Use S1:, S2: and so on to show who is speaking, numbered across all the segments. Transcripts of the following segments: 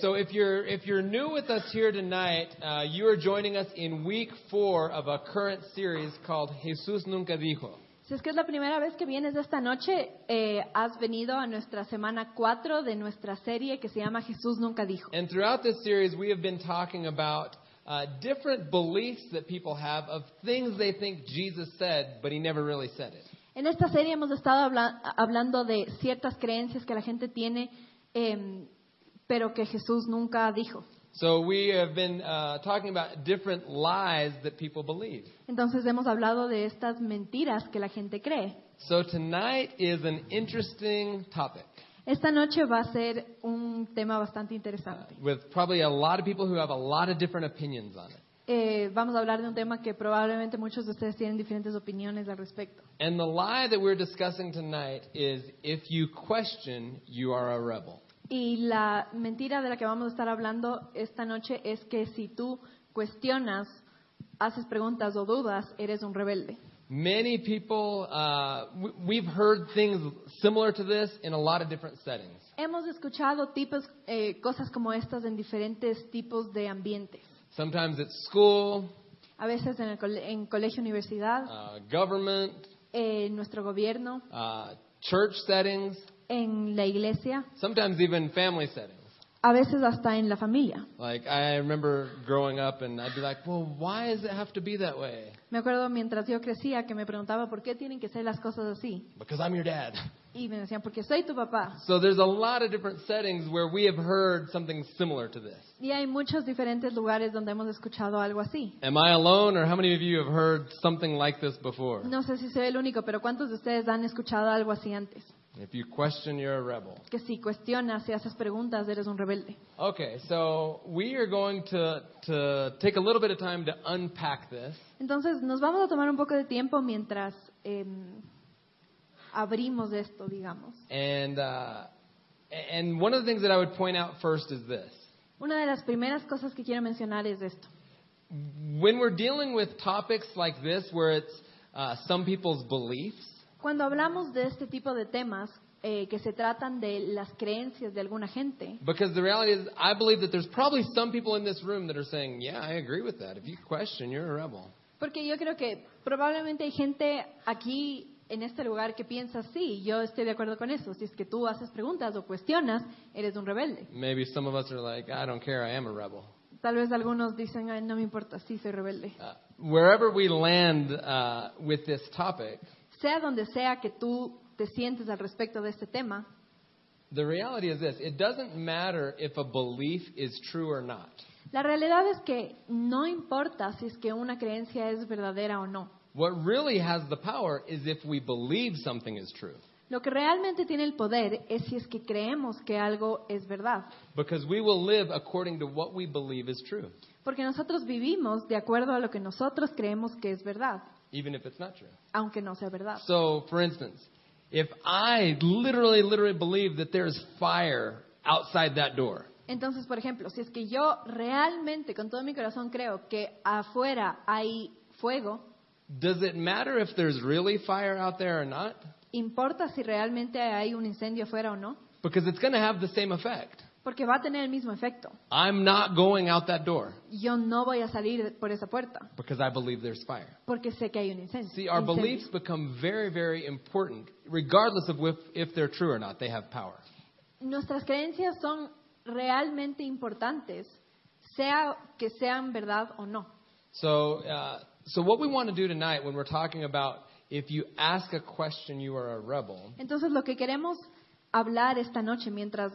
S1: So if you're if you're new with us here tonight, uh, you are joining us in week four of a current series called Jesús nunca dijo.
S2: Si es que es la primera vez que vienes esta noche, eh, has venido a nuestra semana 4 de nuestra serie que se llama Jesús nunca dijo.
S1: And throughout this series, we have been talking about uh, different beliefs that people have of things they think Jesus said, but he never really said it.
S2: En esta serie hemos estado habla- hablando de ciertas creencias que la gente tiene, em, pero que Jesús nunca dijo.
S1: So we have been uh, talking about different lies that people believe.
S2: Entonces hemos hablado de estas mentiras que la gente cree.
S1: So tonight is an interesting topic
S2: Esta noche va a ser un tema bastante interesante.
S1: with probably a lot of people who have a lot of different opinions on it.
S2: Eh, vamos a hablar de un tema que probablemente muchos de ustedes tienen diferentes opiniones al respecto.
S1: And the lie that we're discussing tonight is if you question, you are a rebel.
S2: Y la mentira de la que vamos a estar hablando esta noche es que si tú cuestionas, haces preguntas o dudas, eres un rebelde.
S1: Many people, uh, w- we've heard things similar to this in a lot of different settings.
S2: Hemos escuchado tipos, eh, cosas como estas en diferentes tipos de ambientes.
S1: Sometimes it's school,
S2: A veces en, el cole- en colegio, universidad,
S1: uh, government,
S2: eh, en nuestro gobierno,
S1: uh, church settings,
S2: en la iglesia,
S1: sometimes even family settings.
S2: a veces hasta en la familia.
S1: Like, I remember growing up and I'd be like, well, why does it have to be that way?
S2: Me acuerdo mientras yo crecía que me preguntaba por qué tienen que ser las cosas así.
S1: Because I'm your dad.
S2: Y me decían, porque soy tu papá.
S1: So there's a lot of different settings where we have heard something similar to this.
S2: Y hay muchos diferentes lugares donde hemos escuchado algo así.
S1: Am I alone, or how many of you have heard something like this before?
S2: No sé si soy el único, pero ¿cuántos de ustedes han escuchado algo así antes?
S1: If you question, you're a rebel.
S2: Que si cuestionas, si haces preguntas, eres un rebelde.
S1: Okay, so we are going to, to take a little bit of time to unpack this.
S2: Entonces, nos vamos a tomar un poco de tiempo mientras eh, abrimos esto, digamos.
S1: And, uh, and one of the things that I would point out first is this.
S2: Una de las primeras cosas que quiero mencionar es esto.
S1: When we're dealing with topics like this, where it's uh, some people's beliefs,
S2: Cuando hablamos de este tipo de temas eh, que se tratan de las creencias de alguna gente,
S1: because the reality is, I believe that there's probably some people in this room that are saying, yeah, I agree with that. If you question, you're a rebel.
S2: Porque yo creo que probablemente hay gente aquí en este lugar que piensa, sí, yo estoy de acuerdo con eso. Si es que tú haces preguntas o cuestionas, eres un rebelde.
S1: Maybe some of us are like, I don't care, I am a rebel.
S2: Tal vez algunos dicen, Ay, no me importa, sí, soy rebelde.
S1: Uh, wherever we land uh, with this topic,
S2: Sea donde sea que tú te sientes al respecto de este tema,
S1: the reality is this it doesn't matter if a belief is true or not.
S2: la realidad es que no importa si es que una creencia es verdadera o no.
S1: What really has the power is if we believe something is true.
S2: Lo que realmente tiene el poder es si es que creemos que algo es verdad.
S1: Because we will live according to what we believe is true,
S2: Porque nosotros vivimos de acuerdo a lo que nosotros creemos que es verdad,
S1: even if it's not true.
S2: aunque no sea verdad.
S1: So, for instance, if I literally, literally believe that there's fire outside that door,
S2: Entonces, por ejemplo, si es que yo realmente con todo mi corazón creo que afuera hay fuego,
S1: does it matter if there's really fire out there or not?
S2: importa si realmente hay un incendio afuera o no,
S1: Because it's going to have the same effect.
S2: porque va a tener el mismo efecto.
S1: I'm not going out that door
S2: Yo no voy a salir por esa puerta
S1: because I believe there's fire.
S2: porque sé que hay un incendio.
S1: See, our
S2: incendio.
S1: beliefs become very, very important, regardless of if, if they're true or not. They have power.
S2: Nuestras creencias son realmente importantes, sea que sean verdad o no.
S1: So, uh, so what we want to do tonight when we're talking about if you ask a question, you are a rebel,
S2: Entonces, lo que queremos hablar esta noche mientras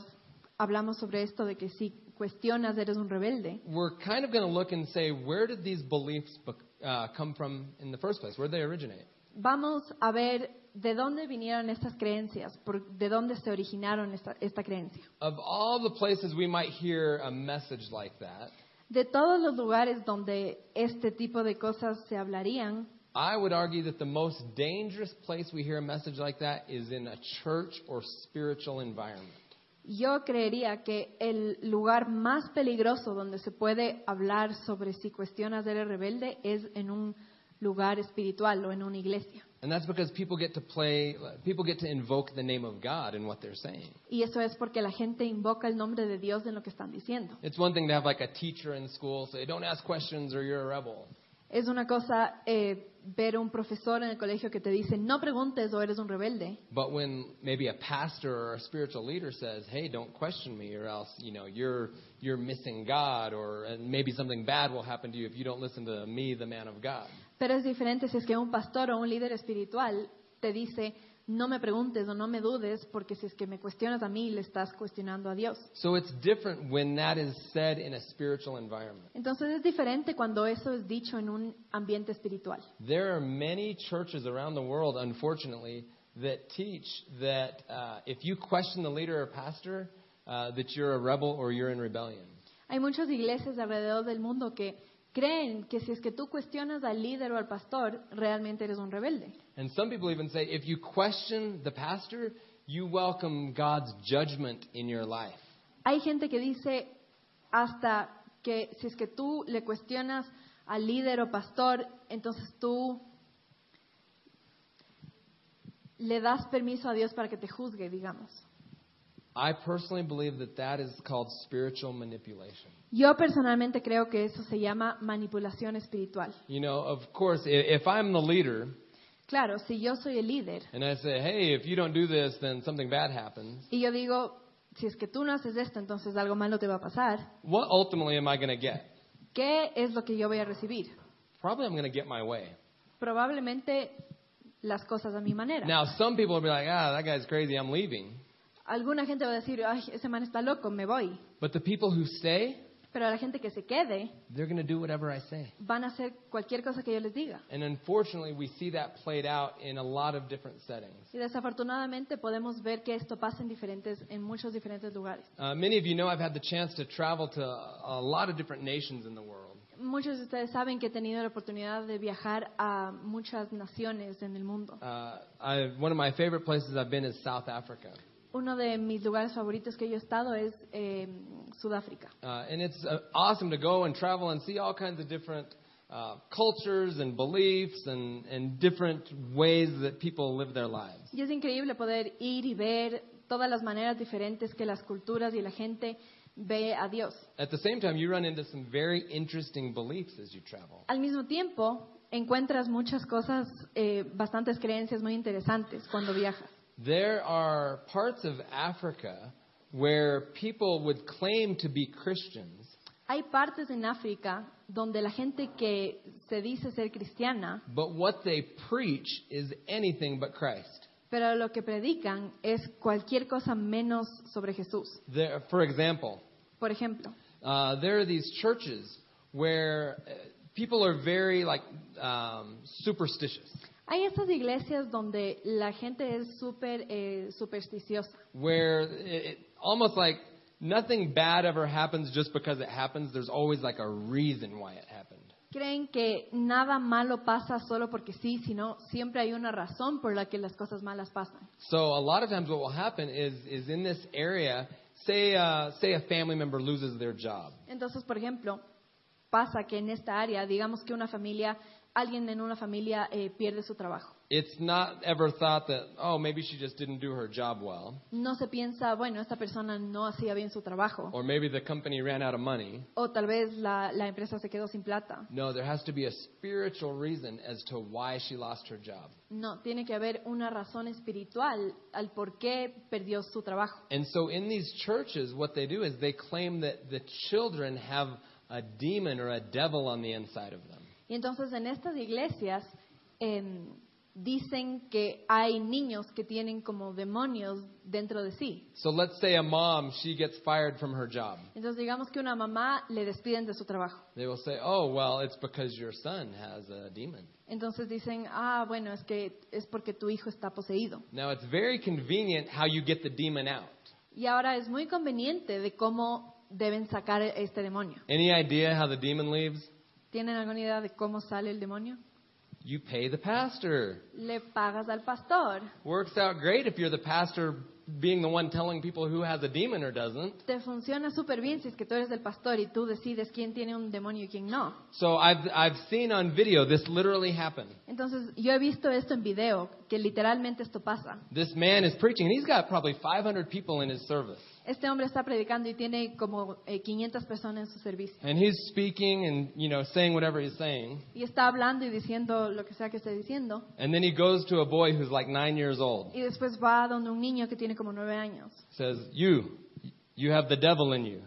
S2: hablamos sobre esto de que si cuestionas eres un rebelde,
S1: we're kind of going to look and say, where did these beliefs bec uh, come from in the first place? Where did they originate?
S2: Vamos a ver de dónde vinieron estas creencias, por- de dónde se originaron esta, esta creencia.
S1: Of all the places we might hear a message like that,
S2: De todos los lugares donde este tipo de cosas se hablarían,
S1: I would argue that the most dangerous place we hear a message like that is in a church or spiritual environment.
S2: yo creería que el lugar más peligroso donde se puede hablar sobre si cuestionas eres rebelde es en un lugar espiritual o en una iglesia.
S1: And that's because people get to play, people get to invoke the name of God in what they're saying.
S2: Y eso es porque la gente invoca el nombre de Dios en lo que están diciendo.
S1: It's one thing to have like a teacher in school say, don't ask questions or you're a rebel.
S2: Es una cosa eh, ver un profesor en el colegio que te dice, no preguntes o eres un rebelde.
S1: But when maybe a pastor or a spiritual leader says, hey, don't question me or else, you know, you're, you're missing God or and maybe something bad will happen to you if you don't listen to me, the man of God.
S2: Pero es diferente si es que un pastor o un líder espiritual te dice, no me preguntes o no me dudes, porque si es que me cuestionas a mí, le estás cuestionando a Dios.
S1: So it's different when that is said in a spiritual environment.
S2: Entonces es diferente cuando eso es dicho en un ambiente espiritual.
S1: There are many churches around the world, unfortunately, that teach that uh, if you question the leader or pastor, uh, that you're a rebel or you're in rebellion.
S2: Hay muchas iglesias alrededor del mundo que creen que si es que tú cuestionas al líder o al pastor, realmente eres un rebelde.
S1: And some people even say if you question the pastor, you welcome God's judgment in your life.
S2: Hay gente que dice hasta que si es que tú le cuestionas al líder o pastor, entonces tú le das permiso a Dios para que te juzgue, digamos.
S1: I personally believe that that is called spiritual manipulation.
S2: Yo personalmente creo que eso se llama manipulación espiritual.
S1: You know, of course, i- if I'm the leader
S2: Claro, si yo soy el líder
S1: and I say, hey, if you don't do this, then something bad happens,
S2: y yo digo, si es que tú no haces esto, entonces algo malo te va a pasar,
S1: what ultimately am I going to get?
S2: ¿qué es lo que yo voy a recibir?
S1: Probably I'm going to get my way.
S2: Probablemente las cosas a mi manera.
S1: Now, some people will be like, ah, that guy's crazy, I'm leaving.
S2: Alguna gente va a decir, ay, ese man está loco, me voy.
S1: But the people who stay,
S2: Pero la gente que se quede
S1: they're going to do whatever I say.
S2: van a hacer cualquier cosa que yo les diga.
S1: And unfortunately, we see that played out in a lot of different settings.
S2: Y desafortunadamente podemos ver que esto pasa en diferentes, en muchos diferentes lugares.
S1: Uh, many of you know I've had the chance to travel to a lot of different nations in the world.
S2: Muchos de ustedes saben que he tenido la oportunidad de viajar a muchas naciones en el mundo.
S1: Uh, I, one of my favorite places I've been is South Africa.
S2: Uno de mis lugares favoritos que yo he estado es eh, Sudáfrica.
S1: Uh, and it's uh, awesome to go and travel and see all kinds of different uh, cultures and beliefs and, and different ways that people live their lives.
S2: Y es increíble poder ir y ver todas las maneras diferentes que las culturas y la gente ve a Dios.
S1: At the same time, you run into some very interesting beliefs as you travel.
S2: Al mismo tiempo, encuentras muchas cosas, eh, bastantes creencias muy interesantes cuando viajas.
S1: There are parts of Africa where people would claim to be Christians,
S2: Hay partes en África donde la gente que se dice ser cristiana,
S1: but what they preach is anything but Christ.
S2: pero lo que predican es cualquier cosa menos sobre Jesús.
S1: There, for example,
S2: Por ejemplo,
S1: uh, there are these churches where uh, people are very like um, superstitious,
S2: hay estas iglesias donde la gente es súper eh, supersticiosa,
S1: where it, it, almost like nothing bad ever happens just because it happens. There's always like a reason why it happened.
S2: Creen que nada malo pasa solo porque sí, sino siempre hay una razón por la que las cosas malas pasan.
S1: So a lot of times, what will happen is is in this area, say uh, say a family member loses their job,
S2: Entonces, por ejemplo, pasa que en esta área, digamos que una familia, alguien en una familia eh, pierde su trabajo.
S1: it's not ever thought that oh maybe she just didn't do her job well,
S2: No se piensa, bueno, esta persona no hacía bien su trabajo,
S1: or maybe the company ran out of money.
S2: o tal vez la, la empresa se quedó sin plata.
S1: No, there has to be a spiritual reason as to why she lost her job.
S2: No, tiene que haber una razón espiritual al por qué perdió su trabajo.
S1: And so in these churches, what they do is they claim that the children have a demon or a devil on the inside of them.
S2: Y entonces en estas iglesias em, dicen que hay niños que tienen como demonios dentro de sí.
S1: So let's say a mom, she gets fired from her job.
S2: Entonces digamos que una mamá le despiden de su trabajo.
S1: They will say, oh, well, it's because your son has a demon.
S2: Entonces dicen, ah, bueno, es que es porque tu hijo está poseído.
S1: Now, it's very convenient how you get the demon out.
S2: Y ahora es muy conveniente de cómo deben sacar este demonio.
S1: Any idea how the demon leaves?
S2: ¿Tienen alguna idea de cómo sale el demonio?
S1: You pay the pastor.
S2: Le pagas al pastor.
S1: Works out great if you're the pastor being the one telling people who has a demon or doesn't.
S2: Te funciona súper bien si es que tú eres el pastor y tú decides quién tiene un demonio y quién no.
S1: So I've, I've seen on video this literally happen.
S2: Entonces, yo he visto esto en video, que literalmente esto pasa.
S1: This man is preaching, and he's got probably 500 people in his service.
S2: Este hombre está predicando y tiene como eh, 500 personas en su servicio.
S1: And he's speaking and, you know, saying whatever he's saying.
S2: Y está hablando y diciendo lo que sea que esté diciendo.
S1: And then he goes to a boy who's like nine years old.
S2: Y después va donde un niño que tiene como nueve años.
S1: Says, you, you have the devil in you.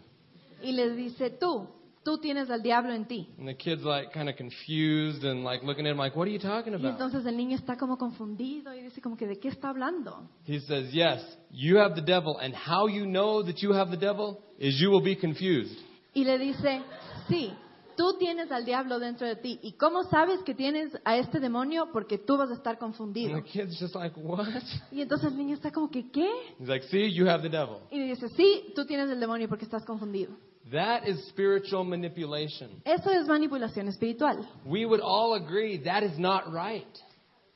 S2: Y les dice, tú, tú tienes al diablo en ti.
S1: And the kid's like kind of confused and like looking at him like, what are you talking
S2: Y
S1: about?
S2: entonces el niño está como confundido y dice como que, ¿de qué está hablando?
S1: He says, yes, you have the devil. And how you know that you have the devil is you will be confused.
S2: Y le dice, sí, tú tienes al diablo dentro de ti. ¿Y cómo sabes que tienes a este demonio? Porque tú vas a estar
S1: And
S2: confundido.
S1: the kid's just like, what?
S2: Y entonces el niño está como que, ¿qué?
S1: He's like, see, you have the devil.
S2: Y le dice, sí, tú tienes el demonio porque estás confundido.
S1: That is spiritual manipulation.
S2: Eso es manipulación espiritual.
S1: We would all agree that is not right.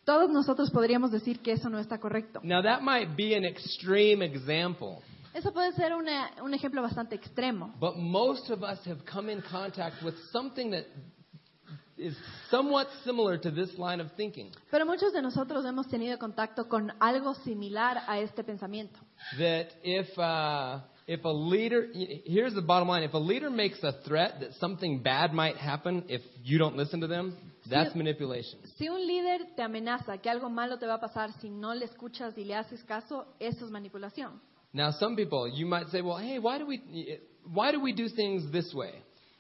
S2: Todos nosotros podríamos decir que eso no está correcto.
S1: Now, that might be an extreme example,
S2: Eso puede ser una- un ejemplo bastante extremo.
S1: but most of us have come in contact with something that is somewhat similar to this line of thinking.
S2: Pero muchos de nosotros hemos tenido contacto con algo similar a este pensamiento.
S1: That if, uh, if a leader, here's the bottom line if a leader makes a threat that something bad might happen if you don't listen to them, that's
S2: Sí.
S1: manipulation.
S2: Si un líder te amenaza que algo malo te va a pasar si no le escuchas y le haces caso, eso es manipulación.
S1: Now, some people, you might say, well, hey, why do we, why do, we do things this way?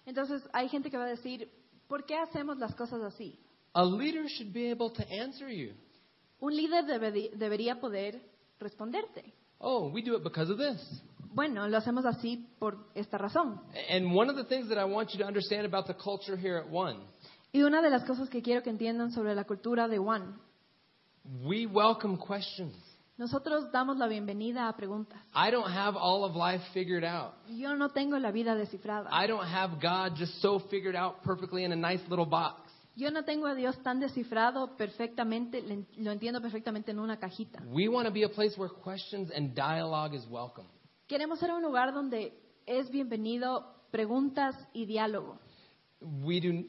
S2: Entonces hay gente que va a decir, ¿por qué hacemos las cosas así?
S1: A leader should be able to answer you.
S2: Un líder debe- debería poder responderte.
S1: Oh, we do it because of this.
S2: Bueno, lo hacemos así por esta razón.
S1: And one of the things that I want you to understand about the culture here at One,
S2: Y una de las cosas que quiero que entiendan sobre la cultura de One,
S1: we welcome questions.
S2: nosotros damos la bienvenida a preguntas.
S1: I don't have all of life figured out.
S2: Yo no tengo la vida descifrada.
S1: I don't have God just so figured out perfectly in a nice little box.
S2: Yo no tengo a Dios tan descifrado perfectamente, le en- lo entiendo perfectamente en una cajita.
S1: We want to be a place where questions and dialogue is welcome.
S2: Queremos ser un lugar donde es bienvenido preguntas y diálogo.
S1: We, do,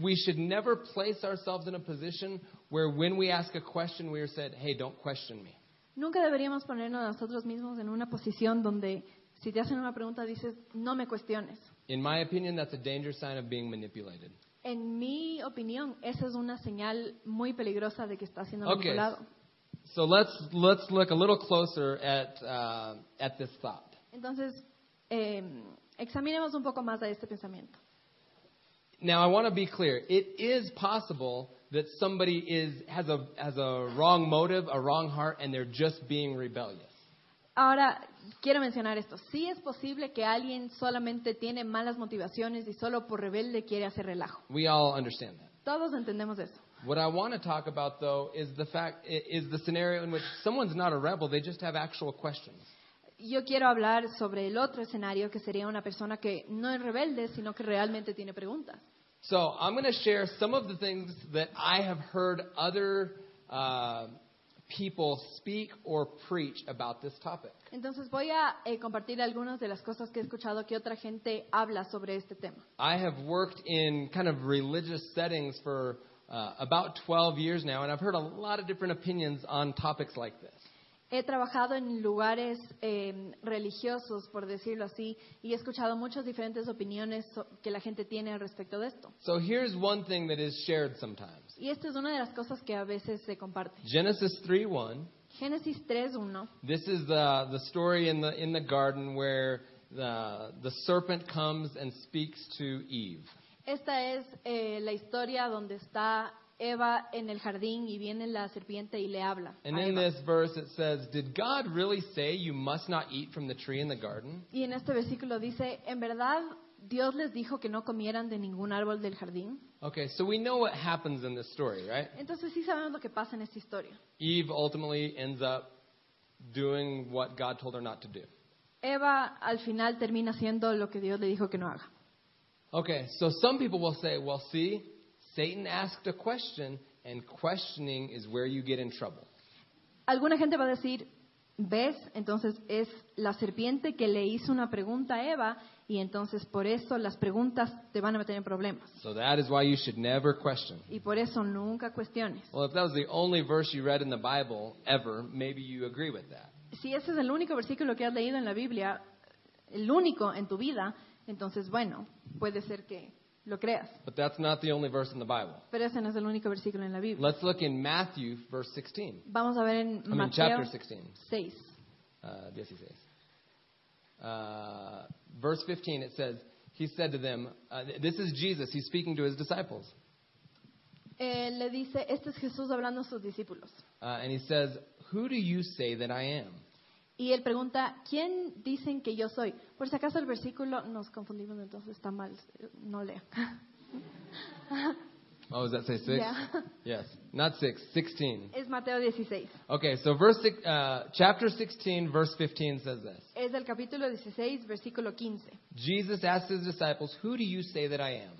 S1: we should never place ourselves in a position where when we ask a question, we are said, hey, don't question me.
S2: Nunca deberíamos ponernos nosotros mismos en una posición donde si te hacen una pregunta dices, no me cuestiones.
S1: In my opinion, that's a dangerous sign of being manipulated.
S2: En mi opinión, esa es una señal muy peligrosa de que está siendo
S1: Okay.
S2: manipulado.
S1: So let's let's look a little closer at uh, at this thought.
S2: Entonces, eh, examinemos un poco más a este pensamiento.
S1: Now I want to be clear. It is possible that somebody is has a has a wrong motive, a wrong heart, and they're just being rebellious.
S2: Ahora, quiero mencionar esto. Sí es posible que alguien solamente tiene malas motivaciones y solo por rebelde quiere hacer relajo.
S1: We all understand that.
S2: Todos entendemos eso.
S1: What I want to talk about though is the fact i- is the scenario in which someone's not a rebel; they just have actual questions.
S2: Yo quiero hablar sobre el otro escenario, que sería una persona que no es rebelde, sino que realmente tiene preguntas.
S1: So I'm going to share some of the things that I have heard other uh, people speak or preach about this topic.
S2: Entonces voy a eh, compartir algunas de las cosas que he escuchado que otra gente habla sobre este tema.
S1: I have worked in kind of religious settings for uh, about 12 years now, and I've heard a lot of different opinions on topics like this.
S2: He trabajado en lugares eh, religiosos, por decirlo así, y he escuchado muchas diferentes opiniones so- que la gente tiene al respecto de esto.
S1: So here's one thing that is shared sometimes.
S2: Y esta es una de las cosas que a veces se comparte.
S1: Genesis 3:1.
S2: Génesis 3.1
S1: This is the the story in the in the garden where the the serpent comes and speaks to Eve.
S2: Esta es eh, la historia donde está Eva en el jardín y viene la serpiente y le habla. a
S1: And in
S2: Eva.
S1: this verse it says, "Did God really say you must not eat from the tree in the garden?"
S2: Y en este versículo dice, en verdad Dios les dijo que no comieran de ningún árbol del jardín.
S1: Okay, so we know what happens in this story, right?
S2: Entonces sí sabemos lo que pasa en esta historia.
S1: Eve ultimately ends up doing what God told her not to do.
S2: Eva al final termina haciendo lo que Dios le dijo que no haga.
S1: Okay, so some people will say, well, see, Satan asked a question, and questioning is where you get in trouble.
S2: Alguna gente va a decir, ¿Ves? Entonces es la serpiente que le hizo una pregunta a Eva y entonces por eso las preguntas te van a meter en problemas.
S1: So that is why you should never question.
S2: Y por eso nunca cuestiones.
S1: Well, if that was the only verse you read in the Bible ever, maybe you agree with that.
S2: Si ese es el único versículo que has leído en la Biblia, el único en tu vida, entonces bueno, puede ser que lo creas.
S1: But that's not the only verse in the Bible.
S2: Pero ese no es el único versículo en la Biblia.
S1: Let's look in Matthew, verse 16.
S2: Vamos a ver en
S1: I mean,
S2: Mateo
S1: chapter 16.
S2: 6.
S1: Uh, 16. Uh, verse 15, it says, He said to them, uh, th- This is Jesus. He's speaking to his disciples.
S2: Eh, le dice, este es Jesús hablando a sus discípulos.
S1: Uh, and he says, Who do you say that I am?
S2: Y él pregunta, ¿quién dicen que yo soy? Por si acaso el versículo nos confundimos, entonces está mal, no leo.
S1: Oh, does that say 6?
S2: Yeah.
S1: Yes. Not 6, 16.
S2: Es Mateo 16.
S1: Okay, so verse six, uh, chapter 16, verse 15 says this
S2: Es del capítulo 16, versículo 15.
S1: Jesus asked his disciples, Who do you say that I am?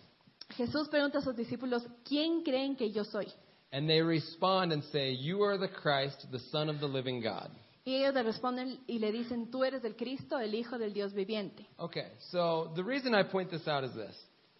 S2: Jesús pregunta a sus discípulos, ¿quién creen que yo soy?
S1: And they respond and say, You are the Christ, the Son of the living God.
S2: Y ellos le responden y le dicen, tú eres el Cristo, el Hijo del Dios viviente.
S1: Okay, so the reason I point this out is this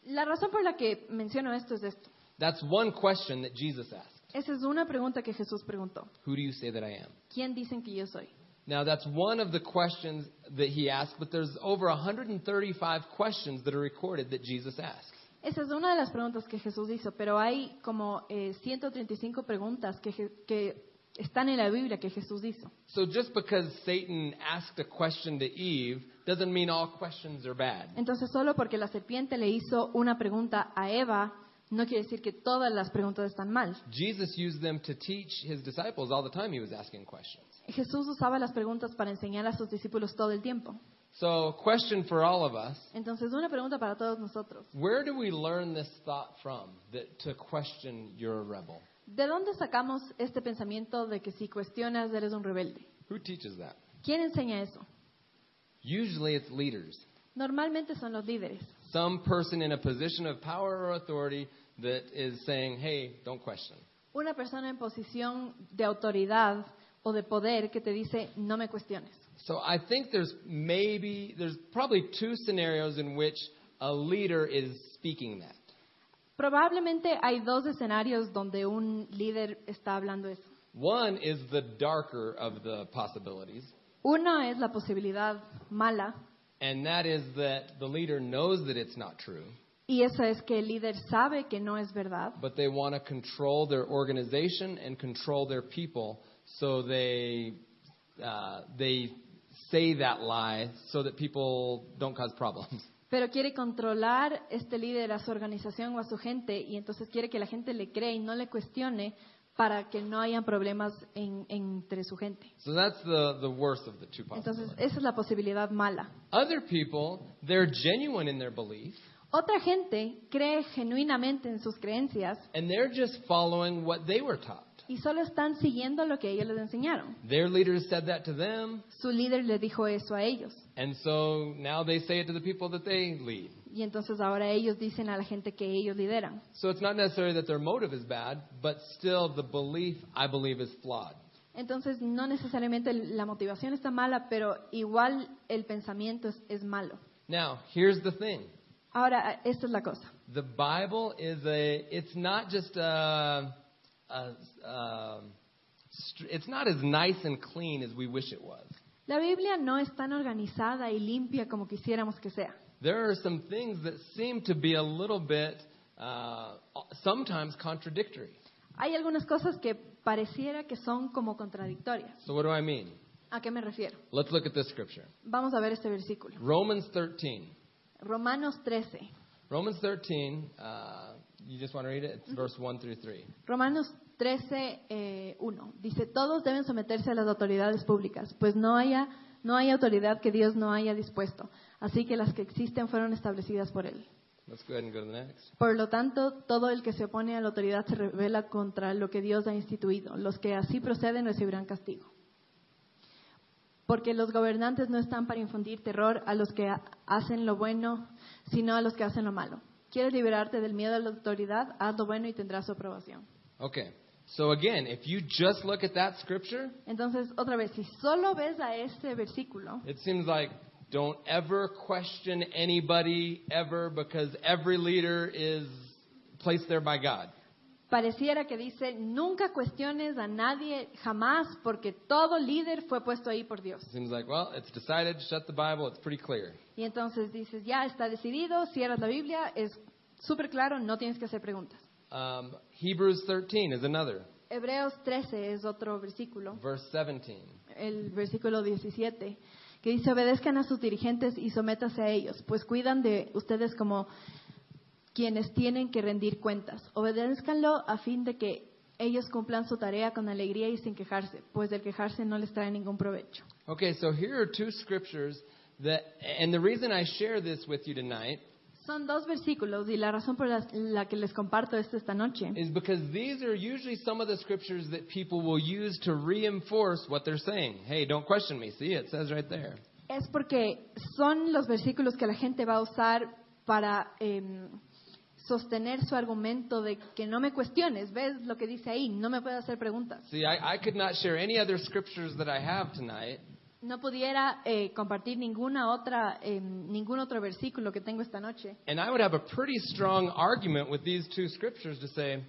S2: La razón por la que menciono esto es esto.
S1: that's one question that Jesus asked
S2: Esa es una pregunta que Jesús preguntó.
S1: Who do you say that I am?
S2: ¿Quién dicen que yo soy?
S1: Now, that's one of the questions that he asked, but there's over 135 questions that are recorded that Jesus asked.
S2: Esa es una de las preguntas que Jesús hizo, pero hay como eh, 135 preguntas que, Je- que están en la Biblia que Jesús hizo.
S1: So just because Satan asked a question to Eve doesn't mean all questions are bad.
S2: Entonces, solo porque la serpiente le hizo una pregunta a Eva, no quiere decir que todas las preguntas están mal.
S1: Jesus used them to teach his disciples all the time he was asking questions.
S2: Jesús usaba las preguntas para enseñar a sus discípulos todo el tiempo.
S1: So, question for all of us
S2: Entonces, una pregunta para todos nosotros.
S1: where do we learn this thought from that to question you're a rebel?
S2: ¿De dónde sacamos este pensamiento de que si cuestionas eres un rebelde?
S1: Who teaches that?
S2: ¿Quién enseña eso?
S1: Usually it's leaders.
S2: Normalmente son los líderes.
S1: Some person in a position of power or authority that is saying, hey, don't question.
S2: Una persona en posición de autoridad o de poder que te dice no me cuestiones.
S1: So I think there's maybe, there's probably two scenarios in which a leader is speaking that.
S2: Probablemente hay dos escenarios donde un líder está hablando eso.
S1: One is the darker of the possibilities,
S2: Uno es la posibilidad mala
S1: and that is that the leader knows that it's not true,
S2: y esa es que el líder sabe que no es verdad,
S1: but they want to control their organization and control their people, so they uh, they say that lie so that people don't cause problems.
S2: pero quiere controlar este líder a su organización o a su gente y entonces quiere que la gente le cree y no le cuestione para que no hayan problemas en- entre su gente.
S1: So that's the the worst of the two
S2: Entonces,
S1: possibilities.
S2: esa es la posibilidad mala.
S1: Other people, they're genuine in their belief,
S2: Otra gente cree genuinamente en sus creencias
S1: and they're just following what they were taught.
S2: y solo están siguiendo lo que ellos les enseñaron.
S1: Their leaders said that to them,
S2: Su líder le dijo eso a ellos
S1: and so now they say it to the people that they lead.
S2: y entonces ahora ellos dicen a la gente que ellos lideran.
S1: So it's not necessarily that their motive is bad, but still the belief, I believe, is flawed.
S2: Entonces no necesariamente la motivación está mala, pero igual el pensamiento es, es malo.
S1: Now, here's the thing.
S2: Ahora, esta es la cosa.
S1: The Bible is a, it's not just a, a, um, str- it's not as nice and clean as we wish it was.
S2: La Biblia no es tan organizada y limpia como quisiéramos que sea.
S1: There are some things that seem to be a little bit, uh, sometimes contradictory.
S2: Hay algunas cosas que pareciera que son como contradictorias.
S1: So what do I mean?
S2: ¿A qué me refiero?
S1: Let's look at this scripture.
S2: Vamos a ver este versículo.
S1: Romans 13.
S2: Romanos 13.
S1: Romans 13, uh, you just want to read it? It's verse 1 through 3.
S2: Romanos 13, eh, 1. Dice, todos deben someterse a las autoridades públicas, pues no, haya, no hay autoridad que Dios no haya dispuesto. Así que las que existen fueron establecidas por Él.
S1: Let's go ahead and go to the next.
S2: Por lo tanto, todo el que se opone a la autoridad se revela contra lo que Dios ha instituido. Los que así proceden recibirán castigo. Porque los gobernantes no están para infundir terror a los que ha- hacen lo bueno, sino a los que hacen lo malo. ¿Quieres liberarte del miedo a la autoridad? Haz lo bueno y tendrás su aprobación.
S1: Okay. So again, if you just look at that scripture,
S2: Entonces, otra vez, si solo ves a este versículo,
S1: it seems like don't ever question anybody ever because every leader is placed there by God.
S2: pareciera que dice, nunca cuestiones a nadie jamás porque todo líder fue puesto ahí por Dios.
S1: It seems like, well, it's decided, shut the Bible, it's pretty clear.
S2: Y entonces dices, ya está decidido, cierras la Biblia, es súper claro, no tienes que hacer preguntas.
S1: Um, Hebrews 13 is another,
S2: Hebreos 13 es otro versículo,
S1: verse 17.
S2: el versículo 17, que dice, obedezcan a sus dirigentes y sométase a ellos, pues cuidan de ustedes como quienes tienen que rendir cuentas. Obedézcanlo a fin de que ellos cumplan su tarea con alegría y sin quejarse, pues del quejarse no les trae ningún provecho.
S1: Okay, so here are two scriptures that, and the reason I share this with you tonight
S2: Son dos versículos y la razón por las- la, que les comparto esto esta noche
S1: is because these are usually some of the scriptures that people will use to reinforce what they're saying. Hey, don't question me. See, it says right there.
S2: es porque son los versículos que la gente va a usar para eh, sostener su argumento de que no me cuestiones, ves lo que dice ahí, no me puedes hacer preguntas.
S1: See, I, I could not share any other scriptures that I have tonight
S2: No pudiera eh, compartir ninguna otra, eh, ningún otro versículo que tengo esta noche.
S1: And I would have a pretty strong argument with these two scriptures to say,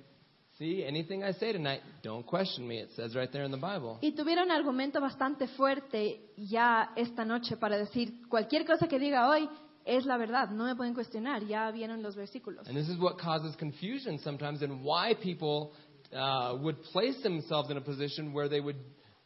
S1: see, anything I say tonight, don't question me. It says right there in the Bible.
S2: Y tuviera un argumento bastante fuerte ya esta noche para decir cualquier cosa que diga hoy es la verdad, no me pueden cuestionar, ya vieron los versículos.
S1: And this is what causes confusion sometimes and why people uh, would place themselves in a position where they would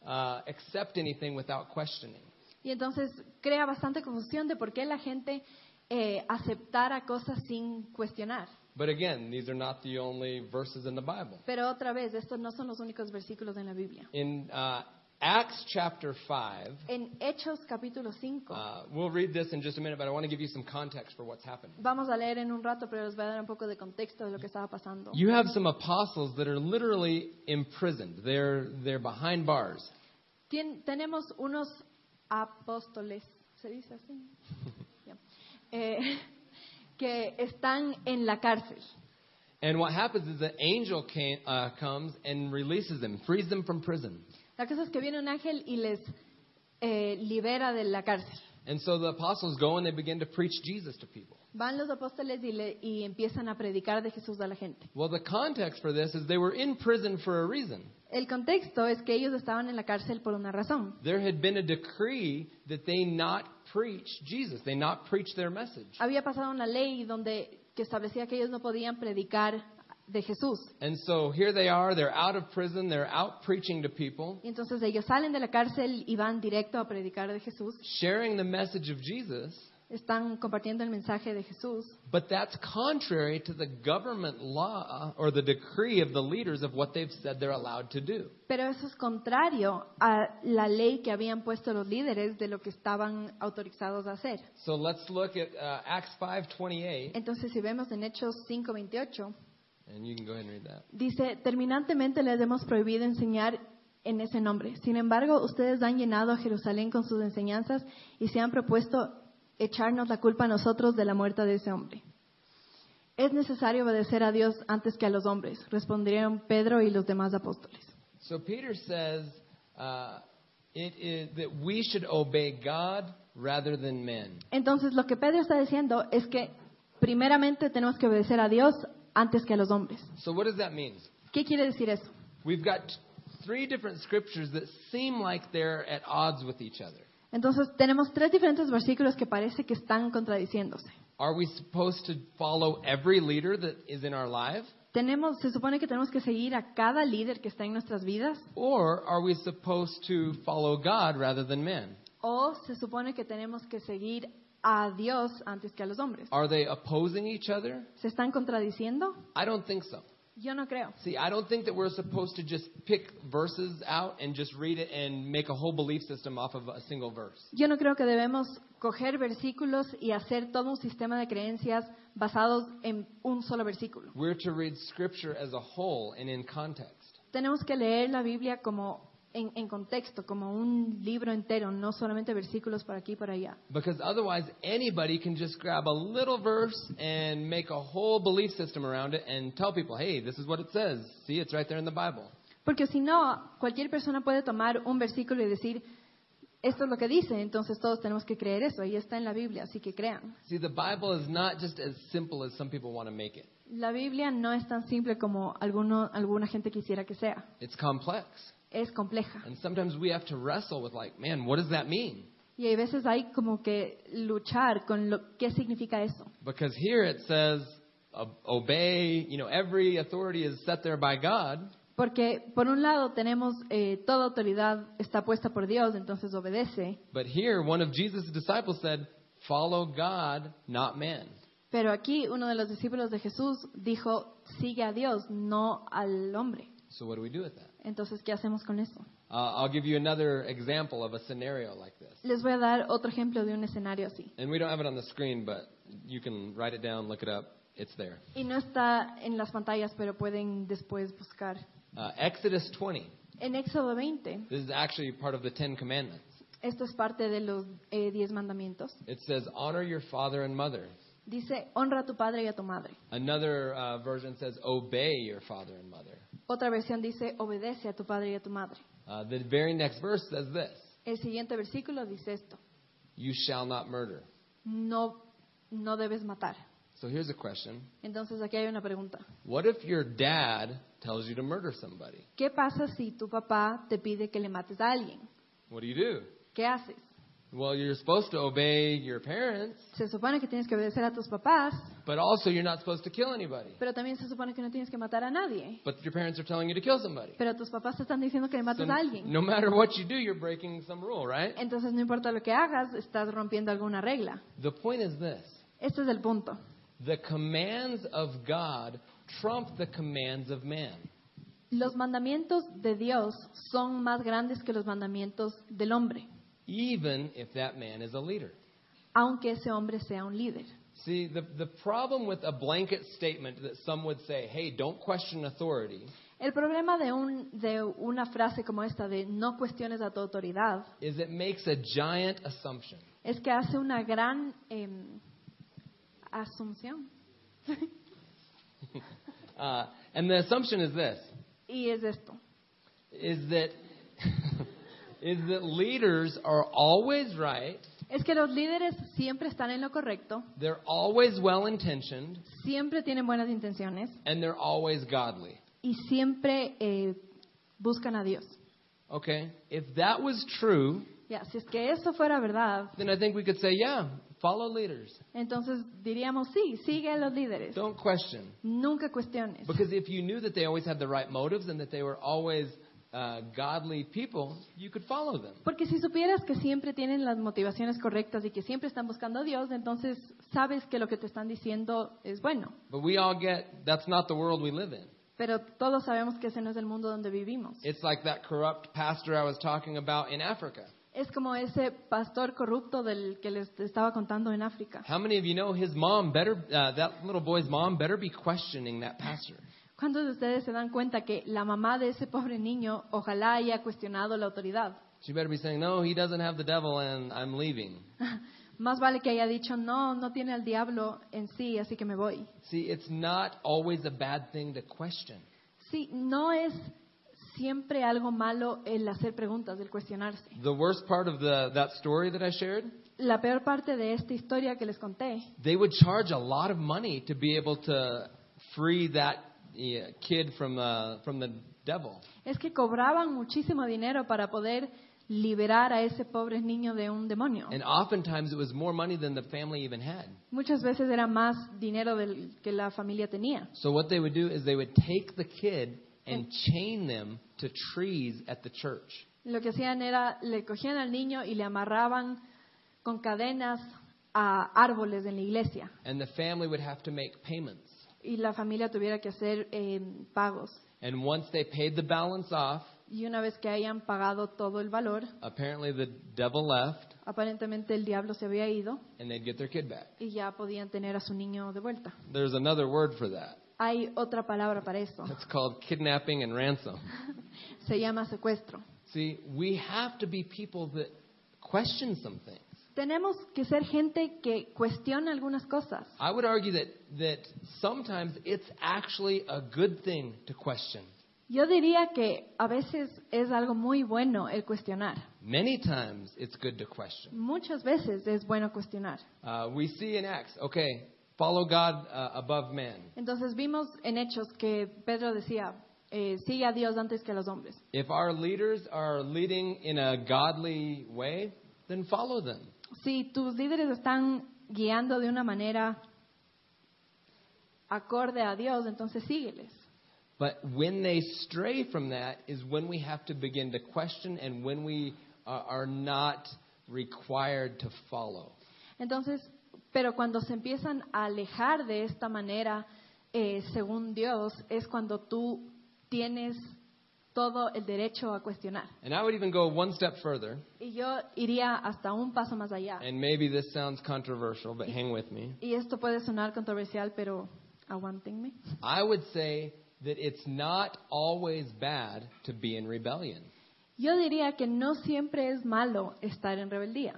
S1: uh, accept anything without questioning.
S2: Y entonces crea bastante confusión de por qué la gente eh, aceptara cosas sin cuestionar.
S1: But again, these are not the only verses in the Bible.
S2: Pero otra vez, estos no son los únicos versículos en la Biblia.
S1: In uh, Acts chapter 5,
S2: En Hechos capítulo 5,
S1: uh, we'll read this in just a minute, but I want to give you some context for what's happening.
S2: vamos a leer en un rato, pero les voy a dar un poco de contexto de lo que estaba pasando.
S1: You have some apostles that are literally imprisoned. They're, they're behind bars.
S2: Tien- tenemos unos apóstoles, ¿se dice así? Ya. Eh, que están en la cárcel.
S1: And what happens is an angel came, uh, comes and releases them, frees them from prison.
S2: La cosa es que viene un ángel y les eh, libera de la cárcel.
S1: And so the apostles go and they begin to preach Jesus to people.
S2: Van los apóstoles y, le- y empiezan a predicar de Jesús a la gente.
S1: Well, the context for this is they were in prison for a reason.
S2: El contexto es que ellos estaban en la cárcel por una razón.
S1: There had been a decree that they not preach Jesus, they not preach their message.
S2: Había pasado una ley donde que establecía que ellos no podían predicar de Jesús.
S1: And so here they are, they're out of prison, they're out preaching to people,
S2: Y entonces ellos salen de la cárcel y van directo a predicar de Jesús.
S1: sharing the message of Jesus.
S2: Están compartiendo el mensaje de Jesús.
S1: But that's contrary to the government law or the decree of the leaders of what they've said they're allowed to do.
S2: Pero eso es contrario a la ley que habían puesto los líderes de lo que estaban autorizados a hacer.
S1: So let's look at uh, Acts 5:28,
S2: Entonces, si vemos en Hechos 5:28,
S1: and you can go ahead and read that.
S2: Dice, terminantemente les hemos prohibido enseñar en ese nombre. Sin embargo, ustedes han llenado a Jerusalén con sus enseñanzas y se han propuesto echarnos la culpa a nosotros de la muerte de ese hombre. Es necesario obedecer a Dios antes que a los hombres, respondieron Pedro y los demás apóstoles.
S1: So Peter says uh, it is that we should obey God rather than men.
S2: Entonces, lo que Pedro está diciendo es que primeramente tenemos que obedecer a Dios antes que a los hombres.
S1: So what does that mean?
S2: ¿Qué quiere decir eso?
S1: We've got t- three different scriptures that seem like they're at odds with each other.
S2: Entonces, tenemos tres diferentes versículos que parece que están contradiciéndose.
S1: Are we supposed to follow every leader that is in our life?
S2: Tenemos, se supone que tenemos que seguir a cada líder que está en nuestras vidas
S1: Or are we supposed to follow God rather than men?
S2: o se supone que tenemos que seguir a Dios antes que a los hombres.
S1: Are they opposing each other?
S2: ¿Se están contradiciendo?
S1: I don't think so.
S2: Yo no creo.
S1: See, I don't think that we're supposed to just pick verses out and just read it and make a whole belief system off of a single verse.
S2: Yo no creo que debemos coger versículos y hacer todo un sistema de creencias basados en un solo versículo.
S1: We're to read Scripture as a whole and in context.
S2: Tenemos que leer la Biblia como en, en contexto, como un libro entero, no solamente versículos por aquí y por allá.
S1: Because otherwise, anybody can just grab a little verse and make a whole belief system around it and tell people, hey, this is what it says. See, it's right there in the Bible.
S2: Porque si no, cualquier persona puede tomar un versículo y decir, esto es lo que dice, entonces todos tenemos que creer eso, y está en la Biblia, así que crean.
S1: See, the Bible is not just as simple as some people want to make it.
S2: La Biblia no es tan simple como alguno, alguna gente quisiera que sea,
S1: It's complex.
S2: es compleja.
S1: And sometimes we have to wrestle with like, man, what does that mean?
S2: Y hay veces hay como que luchar con lo qué significa eso.
S1: Because here it says "Ob- obey, you know, every authority is set there by God,
S2: Porque por un lado tenemos eh, toda autoridad está puesta por Dios, entonces obedece.
S1: but here one of Jesus' disciples said, "Follow God, not man."
S2: Pero aquí uno de los discípulos de Jesús dijo, sigue a Dios, no al hombre.
S1: So what do we do with that?
S2: Entonces, ¿qué hacemos con eso?
S1: Uh, I'll give you another example of a scenario like this.
S2: Les voy a dar otro ejemplo de un escenario así.
S1: And we don't have it on the screen, but you can write it down, look it up. It's there.
S2: Y no está en las pantallas, pero pueden después buscar.
S1: Uh, Exodus 20.
S2: En Éxodo 20,
S1: This is actually part of the Ten Commandments.
S2: esto es parte de los eh, diez mandamientos.
S1: It says, Honor your father and mother.
S2: Dice, honra a tu padre y a tu madre.
S1: Another uh, version says, Obey your father and mother.
S2: Otra versión dice, obedece a tu padre y a tu madre.
S1: Uh, the very next verse says this
S2: El siguiente versículo dice esto,
S1: You shall not murder.
S2: no, no debes matar.
S1: So here's a question
S2: Entonces aquí hay una pregunta.
S1: What if your dad tells you to murder somebody?
S2: ¿Qué pasa si tu papá te pide que le mates a alguien?
S1: What do you do?
S2: ¿Qué haces?
S1: Well, you're supposed to obey your parents,
S2: Se supone que tienes que obedecer a tus papás,
S1: but also you're not supposed to kill anybody.
S2: pero también se supone que no tienes que matar a nadie.
S1: But your parents are telling you to kill somebody.
S2: Pero tus papás te están diciendo que le
S1: So
S2: mates a alguien.
S1: no matter what you do, you're breaking some rule, right?
S2: Entonces no importa lo que hagas, estás rompiendo alguna regla.
S1: The point is this
S2: Este es el punto.
S1: the commands of God trump the commands of man.
S2: Los mandamientos de Dios son más grandes que los mandamientos del hombre,
S1: even if that man is a leader.
S2: aunque ese hombre sea un líder.
S1: See, the, the problem with a blanket statement that some would say, hey, don't question authority,
S2: El problema de, un- de una frase como esta de no cuestiones a tu autoridad
S1: is it makes a giant assumption.
S2: es que hace una gran em, asunción.
S1: Uh, and the assumption is this,
S2: Y es esto.
S1: is that, is that leaders are always right,
S2: Es que los líderes siempre están en lo correcto,
S1: they're always well-intentioned,
S2: siempre tienen buenas intenciones
S1: and they're always godly.
S2: y siempre eh, buscan a Dios.
S1: Okay? If that was true,
S2: Ya, si es que eso fuera verdad,
S1: then I think we could say, yeah, follow leaders.
S2: entonces diríamos, sí, sigue a los líderes.
S1: Don't question.
S2: Nunca cuestiones.
S1: Because if you knew that they always had the right motives and that they were always uh, godly people, you could follow them.
S2: Porque si supieras que siempre tienen las motivaciones correctas y que siempre están buscando a Dios, entonces sabes que lo que te están diciendo es bueno.
S1: But we all get that's not the world we live in.
S2: Pero todos sabemos que ese no es el mundo donde vivimos.
S1: It's like that corrupt pastor I was talking about in Africa.
S2: Es como ese pastor corrupto del que les estaba contando en África.
S1: How many of you know his mom better, uh, that little boy's mom better be questioning that pastor?
S2: ¿Cuántos de ustedes se dan cuenta que la mamá de ese pobre niño ojalá haya cuestionado la autoridad?
S1: She better be saying, no, he doesn't have the devil and I'm leaving.
S2: Más vale que haya dicho, no, no tiene al diablo en sí, así que me voy.
S1: See, it's not always a bad thing to question.
S2: Sí, no es siempre algo malo el hacer preguntas, el cuestionarse.
S1: The worst part of the, that story that I shared
S2: La peor parte de esta historia que les conté
S1: they would charge a lot of money to be able to free that yeah, kid from uh, from the devil.
S2: es que cobraban muchísimo dinero para poder liberar a ese pobre niño de un demonio.
S1: And oftentimes it was more money than the family even had.
S2: Muchas veces era más dinero del que la familia tenía.
S1: So what they would do is they would take the kid and chain them to trees at the church.
S2: Lo que hacían era, le cogían al niño y le amarraban con cadenas a árboles en la iglesia.
S1: And the family would have to make payments.
S2: Y la familia tuviera que hacer eh, pagos.
S1: And once they paid the balance off,
S2: Y una vez que hayan pagado todo el valor,
S1: apparently the devil left
S2: aparentemente el diablo se había ido
S1: and they'd get their kid back.
S2: y ya podían tener a su niño de vuelta.
S1: There's another word for that.
S2: Hay otra palabra para eso.
S1: It's called kidnapping and ransom.
S2: Se llama secuestro.
S1: See, we have to be people that question some things.
S2: Tenemos que ser gente que cuestiona algunas cosas.
S1: I would argue that, that sometimes it's actually a good thing to question.
S2: Yo diría que a veces es algo muy bueno el cuestionar.
S1: Many times it's good to question.
S2: Muchas veces es bueno cuestionar.
S1: Uh, we see in Acts, okay, follow God uh, above man.
S2: Entonces vimos en Hechos que Pedro decía, eh, sigue a Dios antes que a los hombres.
S1: If our leaders are leading in a godly way, then follow them.
S2: Si tus líderes están guiando de una manera acorde a Dios, entonces sígueles.
S1: But when they stray from that is when we have to begin to question and when we uh, are not required to follow.
S2: Entonces, pero cuando se empiezan a alejar de esta manera, eh, según Dios, es cuando tú tienes todo el derecho a cuestionar.
S1: And I would even go one step further,
S2: Y yo iría hasta un paso más allá.
S1: and maybe this sounds controversial, but hang with me.
S2: Y esto puede sonar controversial, pero aguántenme.
S1: I would say that it's not always bad to be in rebellion.
S2: Yo diría que no siempre es malo estar en rebeldía.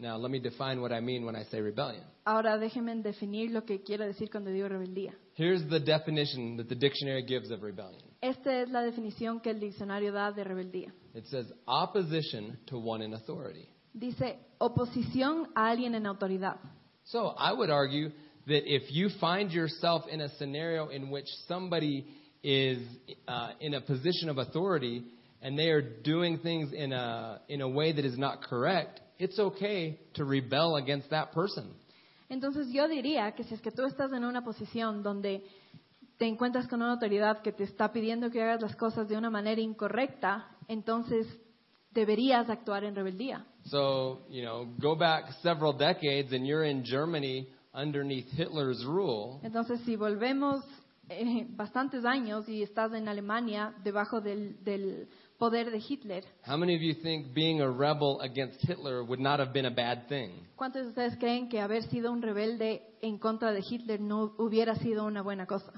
S1: Now, let me define what I mean when I say rebellion.
S2: Ahora déjenme definir lo que quiero decir cuando digo rebeldía.
S1: Here's the definition that the dictionary gives of rebellion
S2: Esta es la definición que el diccionario da de rebeldía.
S1: it says opposition to one in authority.
S2: Dice oposición a alguien en autoridad.
S1: So I would argue that if you find yourself in a scenario in which somebody is uh, in a position of authority and they are doing things in a, in a way that is not correct, it's okay to rebel against that person.
S2: Entonces yo diría que si es que tú estás en una posición donde te encuentras con una autoridad que te está pidiendo que hagas las cosas de una manera incorrecta, entonces deberías actuar en rebeldía.
S1: So, you know, go back several decades and you're in Germany underneath Hitler's rule,
S2: Entonces si volvemos eh, bastantes años y estás en Alemania debajo del, del poder de Hitler,
S1: how many of you think being a rebel against Hitler would not have been a bad thing?
S2: ¿cuántos de ustedes creen que haber sido un rebelde en contra de Hitler no hubiera sido una buena cosa?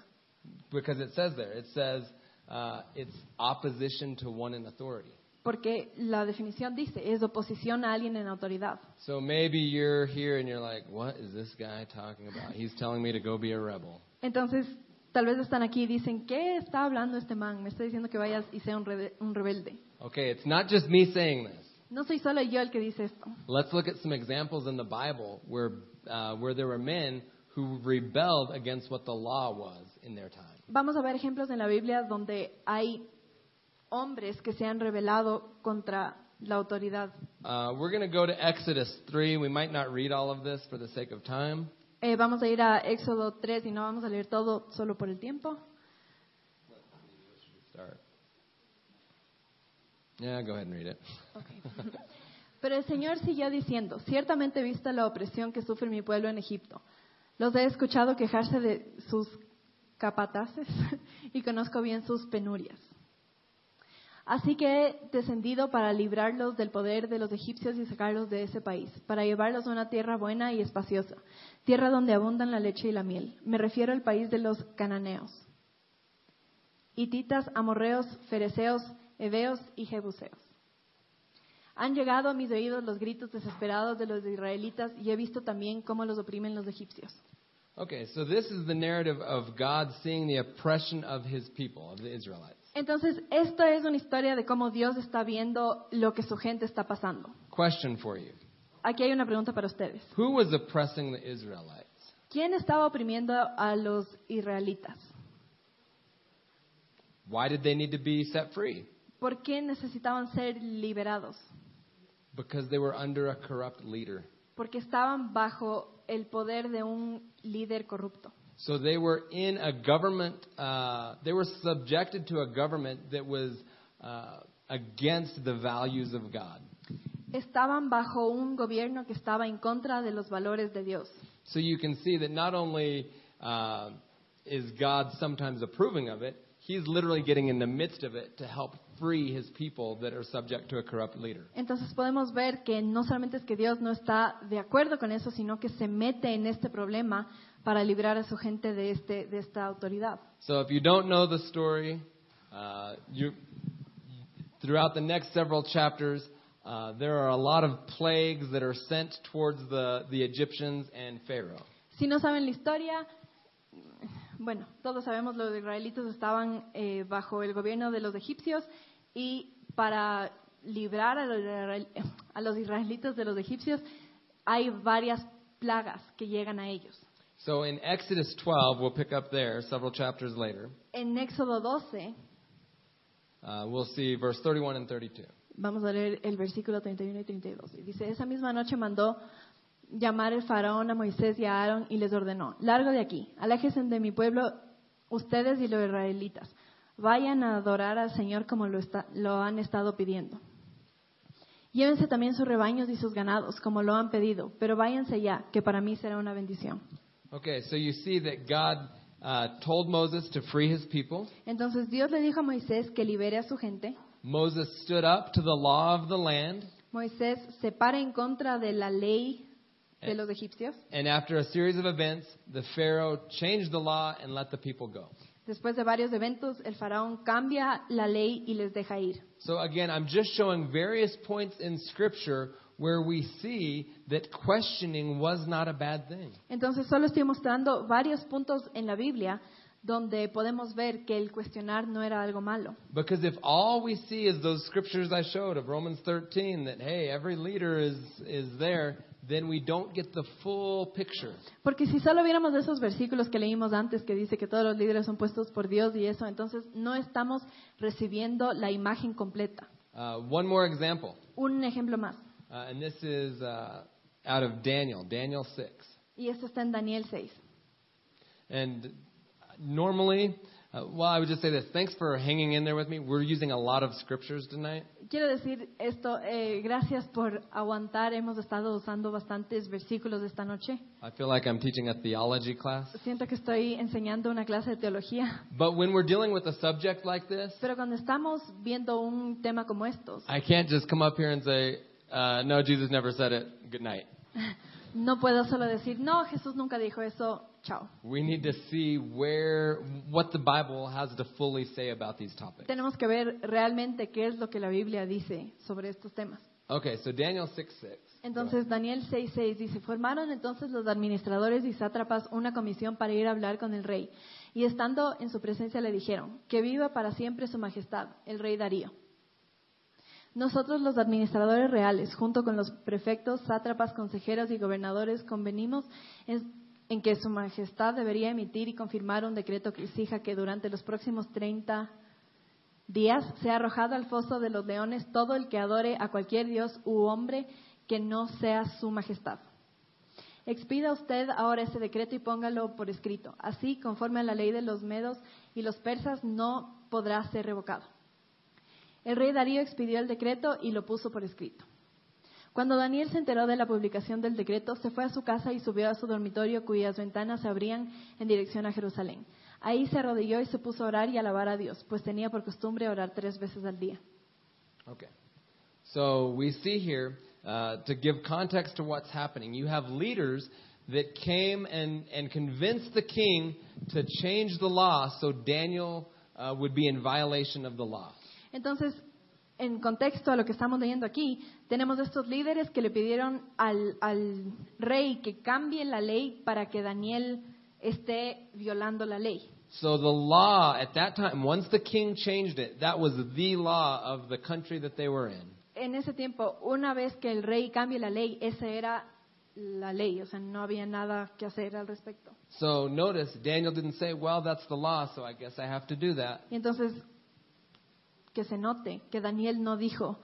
S1: Because it says there, it says uh, it's opposition to one in authority.
S2: Porque la definición dice, es oposición a alguien en autoridad.
S1: So maybe you're here and you're like, what is this guy talking about? He's telling me to go be a rebel.
S2: Entonces, tal vez están aquí y dicen, ¿qué está hablando este man? Me está diciendo que vayas y sea un, rebe- un rebelde.
S1: Okay, it's not just me saying this.
S2: No soy solo yo el que dice esto.
S1: Let's look at some examples in the Bible where, uh, where there were men who rebelled against what the law was in their time.
S2: Vamos a ver ejemplos en la Biblia donde hay hombres que se han rebelado contra la autoridad.
S1: Uh, we're going to go to Exodus 3. We might not read all of this for the sake of time.
S2: Eh, vamos a ir a Éxodo 3 y no vamos a leer todo solo por el tiempo.
S1: Start. Yeah, go ahead and read it.
S2: Pero el Señor siguió diciendo, ciertamente he visto la opresión que sufre mi pueblo en Egipto. Los he escuchado quejarse de sus capataces y conozco bien sus penurias. Así que he descendido para librarlos del poder de los egipcios y sacarlos de ese país, para llevarlos a una tierra buena y espaciosa, tierra donde abundan la leche y la miel. Me refiero al país de los cananeos, hititas, amorreos, fereceos, heveos y jebuseos. Han llegado a mis oídos los gritos desesperados de los israelitas y he visto también cómo los oprimen los egipcios.
S1: Okay, so this is the narrative of God seeing the oppression of his people, of the Israelites.
S2: Entonces, esta es una historia de cómo Dios está viendo lo que su gente está pasando.
S1: Question for you
S2: Aquí hay una pregunta para ustedes.
S1: Who was oppressing the Israelites?
S2: ¿Quién estaba oprimiendo a los israelitas?
S1: Why did they need to be set free?
S2: ¿Por qué necesitaban ser liberados?
S1: Because they were under a corrupt leader.
S2: Porque estaban bajo el poder de un líder corrupto.
S1: So they were in a government, uh, they were subjected to a government that was uh, against the values of God.
S2: Estaban bajo un gobierno que estaba en contra de los valores de Dios.
S1: So you can see that not only uh, is God sometimes approving of it, he's literally getting in the midst of it to help free his people that are subject to a corrupt leader.
S2: Entonces podemos ver que no solamente es que Dios no está de acuerdo con eso, sino que se mete en este problema para librar a su gente de, este, de esta autoridad.
S1: So if you don't know the story, uh, you, throughout the next several chapters, uh, there are a lot of plagues that are sent towards the, the Egyptians and Pharaoh.
S2: Si no saben la historia, Bueno, todos sabemos los israelitas estaban eh, bajo el gobierno de los egipcios y para librar a los, israel- a los israelitas de los egipcios hay varias plagas que llegan a ellos.
S1: So in Exodus 12, we'll pick up there several chapters later.
S2: En Éxodo 12,
S1: Uh, we'll see verse 31 and 32.
S2: Vamos a leer el versículo 31 y 32. Y Dice, esa misma noche mandó llamar el faraón a Moisés y a Aarón y les ordenó, largo de aquí, aléjense de mi pueblo ustedes y los israelitas, vayan a adorar al Señor como lo, está- lo han estado pidiendo. Llévense también sus rebaños y sus ganados, como lo han pedido, pero váyanse ya, que para mí será una bendición.
S1: Okay, so you see that God uh, told Moses to free his people.
S2: Entonces Dios le dijo a Moisés que libere a su gente.
S1: Moses stood up to the law of the land,
S2: Moisés se para en contra de la ley de los egipcios.
S1: and after a series of events, the Pharaoh changed the law and let the people go.
S2: Después de varios eventos, el faraón cambia la ley y les deja ir.
S1: So again, I'm just showing various points in Scripture where we see that questioning was not a bad thing.
S2: Entonces, solo estoy mostrando varios puntos en la Biblia donde podemos ver que el cuestionar no era algo malo.
S1: Because if all we see is those scriptures I showed of Romans 13, that hey, every leader is, is there, then we don't get the full picture.
S2: Porque si solo viéramos esos versículos que leímos antes que dice que todos los líderes son puestos por Dios y eso, entonces no estamos recibiendo la imagen completa.
S1: Uh, one more example,
S2: Un ejemplo más,
S1: uh, and this is uh, out of Daniel, Daniel 6.
S2: y esto está en Daniel 6.
S1: And normally, uh, well, I would just say this thanks for hanging in there with me. We're using a lot of scriptures tonight.
S2: Quiero decir esto, eh, gracias por aguantar, hemos estado usando bastantes versículos esta noche.
S1: I feel like I'm teaching a theology class.
S2: Siento que estoy enseñando una clase de teología,
S1: But when we're dealing with a subject like this,
S2: pero cuando estamos viendo un tema como estos,
S1: I can't just come up here and say, uh, no, Jesus never said it. Good night.
S2: no puedo solo decir, no, Jesús nunca dijo eso, chao.
S1: We need to see where what the Bible has to fully say about these topics.
S2: Tenemos que ver realmente qué es lo que la Biblia dice sobre estos temas.
S1: Okay, so Daniel 6 6.
S2: Entonces Daniel 6:6 dice, formaron entonces los administradores y sátrapas una comisión para ir a hablar con el rey, y estando en su presencia le dijeron, que viva para siempre su majestad, el rey Darío. Nosotros los administradores reales, junto con los prefectos, sátrapas, consejeros y gobernadores, convenimos en, en que su majestad debería emitir y confirmar un decreto que exija que durante los próximos 30 días sea arrojado al foso de los leones todo el que adore a cualquier dios u hombre que no sea su majestad. Expida usted ahora ese decreto y póngalo por escrito. Así, conforme a la ley de los medos y los persas, no podrá ser revocado. El rey Darío expidió el decreto y lo puso por escrito. Cuando Daniel se enteró de la publicación del decreto, se fue a su casa y subió a su dormitorio cuyas ventanas se abrían en dirección a Jerusalén. Ahí se arrodilló y se puso a orar y alabar a Dios, pues tenía por costumbre orar tres veces al día.
S1: Okay. So we see here uh, to give context to what's happening. You have leaders that came and and convinced the king to change the law so Daniel uh, would be in violation of the law.
S2: Entonces, en contexto a lo que estamos leyendo aquí, tenemos estos líderes que le pidieron al, al rey que cambie la ley para que Daniel esté violando la ley.
S1: So the law at that time, once the king changed it, that was the law of the country that they were in.
S2: En ese tiempo, una vez que el rey cambie la ley, esa era la ley, o sea, no había nada que hacer al respecto.
S1: So notice Daniel didn't say, "Well, that's the law, so I guess I have to do that."
S2: Y entonces, que se note que Daniel no dijo,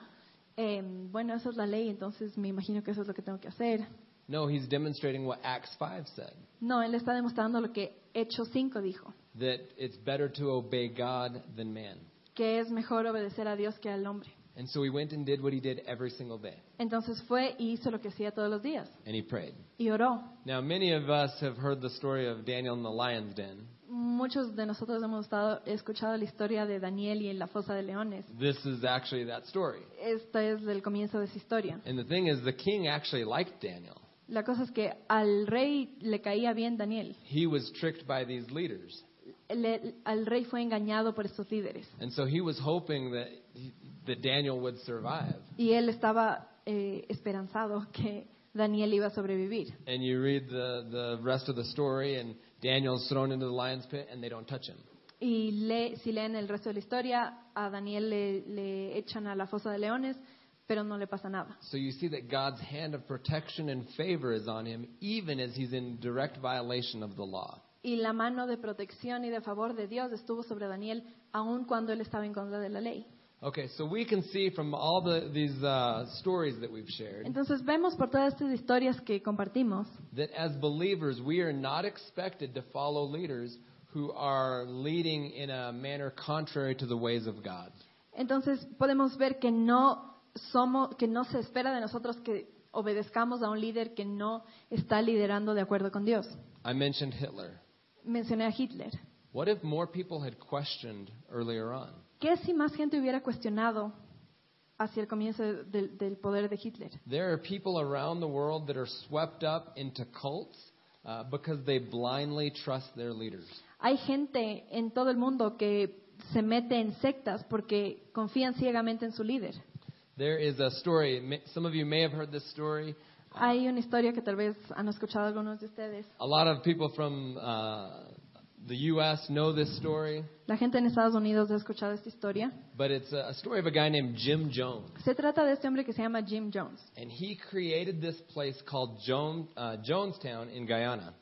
S2: eh, bueno, esa es la ley, entonces me imagino que eso es lo que tengo que hacer.
S1: No, he's demonstrating what Acts 5 said,
S2: No, él está demostrando lo que Hechos 5 dijo,
S1: that it's better to obey God than man.
S2: que es mejor obedecer a Dios que al hombre.
S1: And so he went and did what he did every single day,
S2: Entonces fue y hizo lo que hacía todos los días,
S1: and he prayed.
S2: y oró.
S1: Now, many of us have heard the story of Daniel in the lion's den.
S2: Muchos de nosotros hemos estado, escuchado la historia de Daniel y en la fosa de leones.
S1: This is actually that story.
S2: Esto es el comienzo de su historia.
S1: And the thing is, the king actually liked Daniel.
S2: La cosa es que al rey le caía bien Daniel.
S1: He was tricked by these leaders.
S2: Le- al rey fue engañado por estos líderes.
S1: And so he was hoping that, that Daniel would survive.
S2: Y él estaba eh, esperanzado que Daniel iba a sobrevivir.
S1: And you read the, the rest of the story, and Daniel's thrown into the lion's pit, and they don't touch him.
S2: Y lee- si leen el resto de la historia, a Daniel le, le echan a la fosa de leones, pero no le pasa nada.
S1: So you see that God's hand of protection and favor is on him, even as he's in direct violation of the law.
S2: Y la mano de protección y de favor de Dios estuvo sobre Daniel, aun cuando él estaba en contra de la ley.
S1: Okay, so we can see from all the, these uh, stories that we've shared
S2: Entonces vemos por todas estas historias que compartimos
S1: that as believers, we are not expected to follow leaders who are leading in a manner contrary to the ways of God.
S2: Entonces podemos ver que no somos, que no se espera de nosotros que obedezcamos a un líder que no está liderando de acuerdo con Dios.
S1: I mentioned Hitler.
S2: Mencioné a Hitler.
S1: What if more people had questioned earlier on?
S2: ¿Qué si más gente hubiera cuestionado hacia el comienzo del, del poder de Hitler?
S1: There are people around the world that are swept up into cults uh, because they blindly trust their leaders.
S2: Hay gente en todo el mundo que se mete en sectas porque confían ciegamente en su líder.
S1: There is a story, m- some of you may have heard this story.
S2: Hay una historia que tal vez han escuchado algunos de ustedes.
S1: A lot of people from uh, the U.S. know this story,
S2: La gente en Estados Unidos ha escuchado esta historia.
S1: but it's a a story of a guy named Jim Jones.
S2: Se trata de este hombre que se llama Jim Jones.
S1: And he created this place called Joan, uh, Jonestown in Guyana.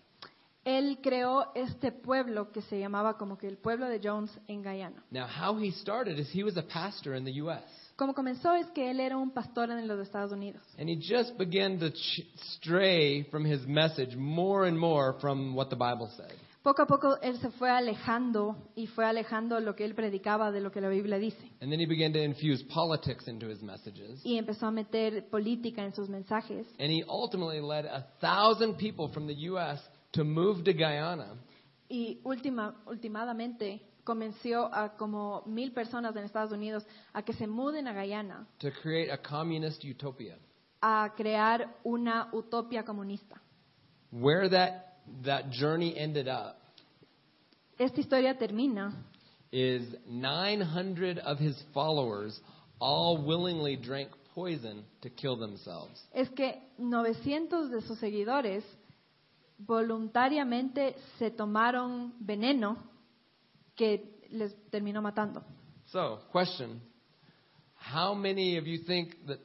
S2: Él creó este pueblo que se llamaba como que el pueblo de Jones en Guyana.
S1: Now, how he started is he was a pastor in the U.S.
S2: Como comenzó es que él era un pastor en los Estados Unidos
S1: And he just began to ch- stray from his message more and more from what the Bible said.
S2: Poco a poco él se fue alejando y fue alejando lo que él predicaba de lo que la Biblia dice.
S1: And then he began to infuse politics into his messages.
S2: Y empezó a meter política en sus mensajes.
S1: And he ultimately led a thousand people from the U.S. to move to Guyana
S2: Y última, ultimadamente convenció a como mil personas en Estados Unidos a que se muden a Guyana
S1: to create a communist utopia.
S2: a crear una utopía comunista.
S1: Where that, that journey ended up
S2: Esta historia termina
S1: is 900 of his followers all willingly drank poison to kill themselves.
S2: es que 900 de sus seguidores voluntariamente se tomaron veneno que les terminó matando.
S1: So, question How many of you think that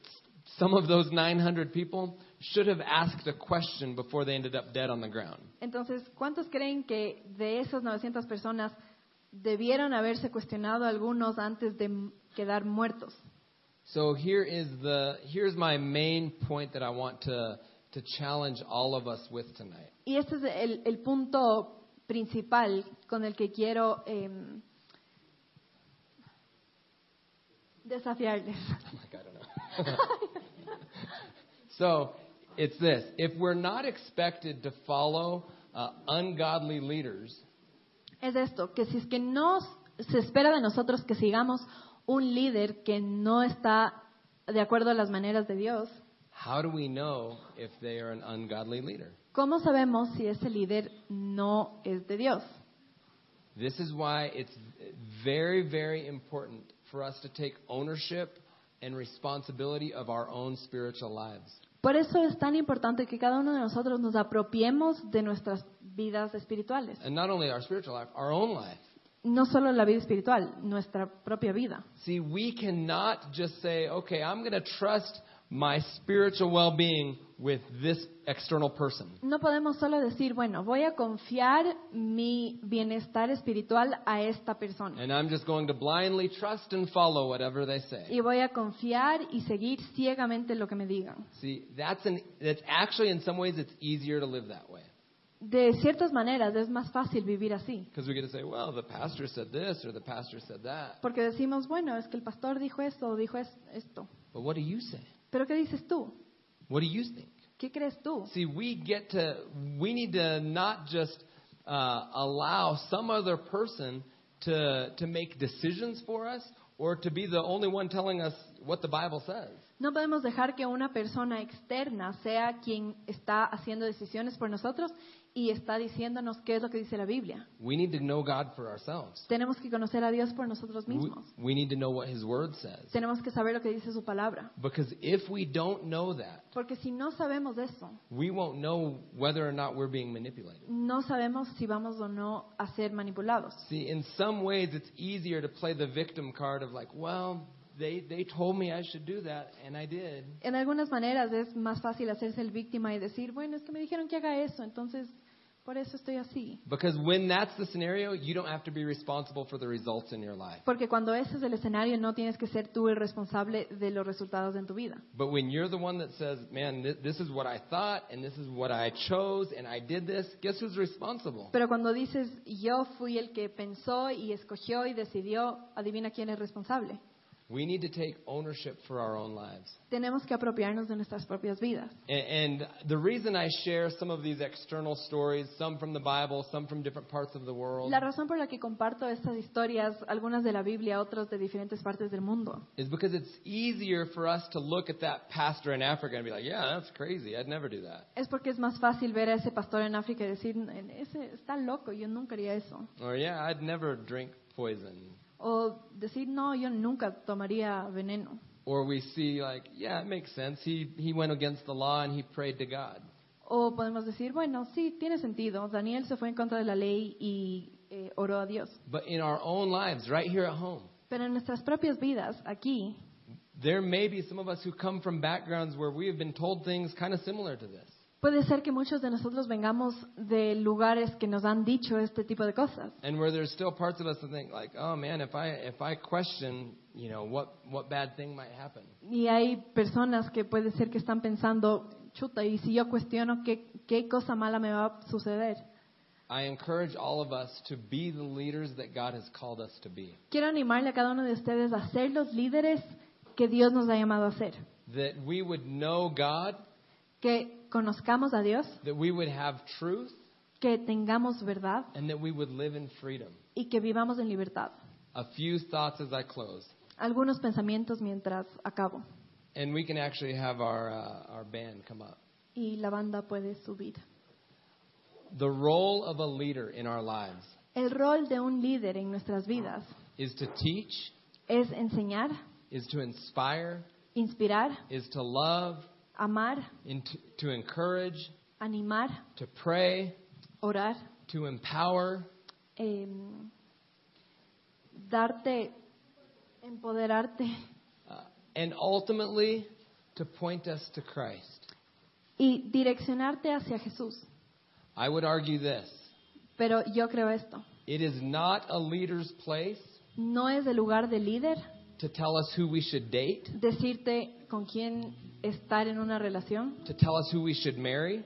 S1: some of those 900 people should have asked a question before they ended up dead on the ground?
S2: Entonces, ¿cuántos creen que de esas 900 personas debieron haberse cuestionado algunos antes de m- quedar muertos?
S1: So here is the here's my main point that I want to to challenge all of us with tonight.
S2: Y este es el, el punto principal con el que quiero em, desafiarles.
S1: I'm like, I don't know. so it's this: if we're not expected to follow uh, ungodly leaders,
S2: es esto, que si es que no se espera de nosotros que sigamos un líder que no está de acuerdo a las maneras de Dios,
S1: how do we know if they are an ungodly leader?
S2: ¿cómo sabemos si ese líder no es de Dios?
S1: This is why it's very, very important for us to take ownership and responsibility of our own spiritual lives.
S2: Por eso es tan importante que cada uno de nosotros nos apropiemos de nuestras vidas espirituales,
S1: And not only our spiritual life, our own life.
S2: no solo la vida espiritual, nuestra propia vida.
S1: See, we cannot just say, okay, I'm going to trust my spiritual well being with this external person.
S2: No podemos solo decir, bueno, voy a confiar mi bienestar espiritual a esta persona.
S1: And I'm just going to blindly trust and follow whatever they say.
S2: y voy a confiar y seguir ciegamente lo que me digan.
S1: See, that's, an, that's actually, in some ways, it's easier to live that way.
S2: De ciertas maneras es más fácil vivir así,
S1: Because we get to say, well, the pastor said this or the pastor said that.
S2: porque decimos, bueno, es que el pastor dijo esto o dijo es- esto.
S1: But what do you say?
S2: Pero ¿qué dices tú?
S1: What do you think?
S2: ¿Qué crees tú?
S1: See, we get to, we need to not just uh, allow some other person to, to make decisions for us or to be the only one telling us what the Bible says.
S2: No podemos dejar que una persona externa sea quien está haciendo decisiones por nosotros y está diciéndonos qué es lo que dice la Biblia.
S1: We need to know God for ourselves.
S2: Tenemos que conocer a Dios por nosotros
S1: We,
S2: mismos.
S1: we need to know what His Word says.
S2: Tenemos que saber lo que dice su palabra.
S1: Because if we don't know that,
S2: Porque si no sabemos de eso,
S1: we won't know whether or not we're being manipulated.
S2: no sabemos si vamos o no a ser manipulados.
S1: See, in some ways, it's easier to play the victim card of like, well, they, they told me I should do that, and I did.
S2: En algunas maneras es más fácil hacerse el víctima y decir, bueno, es que me dijeron que haga eso, entonces por eso estoy así.
S1: Because when that's the scenario, you don't have to be responsible for the results in your life.
S2: Porque cuando ese es el escenario no tienes que ser tú el responsable de los resultados en tu vida.
S1: But when you're the one that says, man, th- this is what I thought, and this is what I chose, and I did this, guess who's responsible?
S2: Pero cuando dices, yo fui el que pensó y escogió y decidió, adivina quién es responsable.
S1: We need to take ownership for our own lives.
S2: Tenemos que apropiarnos de nuestras propias vidas.
S1: A- And the reason I share some of these external stories, some from the Bible, some from different parts of the world,
S2: La razón por la que comparto estas historias, algunas de la Biblia, otras de diferentes partes del mundo,
S1: is because it's easier for us to look at that pastor in Africa and be like, yeah, that's crazy. I'd never do that.
S2: es porque es más fácil ver a ese pastor en África y decir, ese está loco, yo nunca haría eso.
S1: Or, yeah, I'd never drink poison.
S2: O decir, no, yo nunca tomaría veneno.
S1: Or we see, like, yeah, it makes sense. He, he went against the law and he prayed to God.
S2: O podemos decir, bueno, sí, tiene sentido. Daniel se fue en contra de la ley y eh, oró a Dios.
S1: But in our own lives, right here at home,
S2: Pero en nuestras propias vidas, aquí,
S1: there may be some of us who come from backgrounds where we have been told things kind of similar to this.
S2: puede ser que muchos de nosotros vengamos de lugares que nos han dicho este tipo de cosas.
S1: And where there's still parts of us that think like, oh man, if I if I question, you know, what what bad thing might happen?
S2: Y hay personas que puede ser que están pensando, chuta, y si yo cuestiono qué, qué cosa mala me va a suceder.
S1: I encourage all of us to be the leaders that God has called us to be.
S2: Quiero animarle a cada uno de ustedes a ser los líderes que Dios nos ha llamado a ser.
S1: That we would know God,
S2: Que conozcamos a Dios,
S1: that we would have truth,
S2: que tengamos verdad
S1: and that we would live in freedom.
S2: y que vivamos en libertad.
S1: A few thoughts as I close,
S2: Algunos pensamientos mientras acabo.
S1: and we can actually have our uh, our band come up.
S2: Y la banda puede subir.
S1: The role of a leader in our lives
S2: El rol de un líder en nuestras vidas
S1: is to teach,
S2: es enseñar,
S1: is to inspire,
S2: inspirar,
S1: is to love,
S2: amar,
S1: in to encourage,
S2: animar,
S1: to pray,
S2: orar,
S1: to empower,
S2: eh, darte, empoderarte
S1: uh, and ultimately to point us to Christ.
S2: y direccionarte hacia Jesús.
S1: I would argue this
S2: Pero yo creo esto.
S1: it is not a leader's place
S2: No es el lugar del líder
S1: to tell us who we should date,
S2: decirte con quién estar en una relación,
S1: to tell us who we should marry,